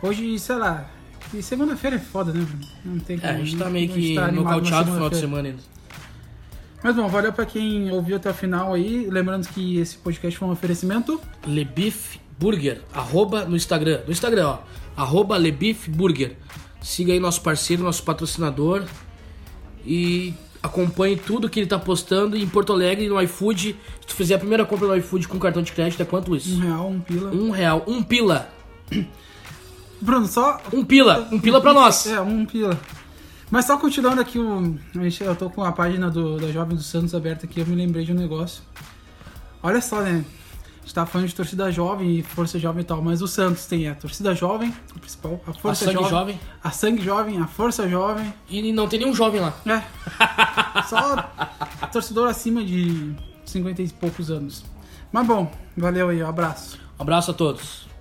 [SPEAKER 1] Hoje, sei lá, e segunda-feira é foda, né, Bruno? Não tem
[SPEAKER 2] É,
[SPEAKER 1] como.
[SPEAKER 2] a gente tá meio
[SPEAKER 1] a
[SPEAKER 2] que
[SPEAKER 1] gente tá animado na
[SPEAKER 2] nocauteado no final de
[SPEAKER 1] segunda-feira.
[SPEAKER 2] semana ainda.
[SPEAKER 1] Mas bom, valeu pra quem ouviu até o final aí. Lembrando que esse podcast foi um oferecimento.
[SPEAKER 2] Lebif Burger, arroba no Instagram. No Instagram, ó. Arroba Lebif Burger. Siga aí nosso parceiro, nosso patrocinador. E acompanhe tudo que ele tá postando. E em Porto Alegre, no iFood, se tu fizer a primeira compra no iFood com cartão de crédito, é quanto
[SPEAKER 1] Um
[SPEAKER 2] isso?
[SPEAKER 1] real, um pila.
[SPEAKER 2] Um real, um pila.
[SPEAKER 1] Bruno, só.
[SPEAKER 2] Um pila, um pila pra nós.
[SPEAKER 1] É, um pila. Mas só continuando aqui, o... a gente- eu tô com a página do, da Jovem dos Santos aberta aqui, eu me lembrei de um negócio. Olha só, né? A gente tá falando de torcida jovem e força jovem e tal, mas o Santos tem a torcida jovem, o principal, a força
[SPEAKER 2] sangue
[SPEAKER 1] jovem,
[SPEAKER 2] jovem.
[SPEAKER 1] a sangue jovem, a força jovem,
[SPEAKER 2] E não tem nenhum jovem lá. [LAUGHS]
[SPEAKER 1] é. Só torcedor acima de 50 e poucos anos. Mas bom, valeu aí, um abraço.
[SPEAKER 2] Um abraço a todos.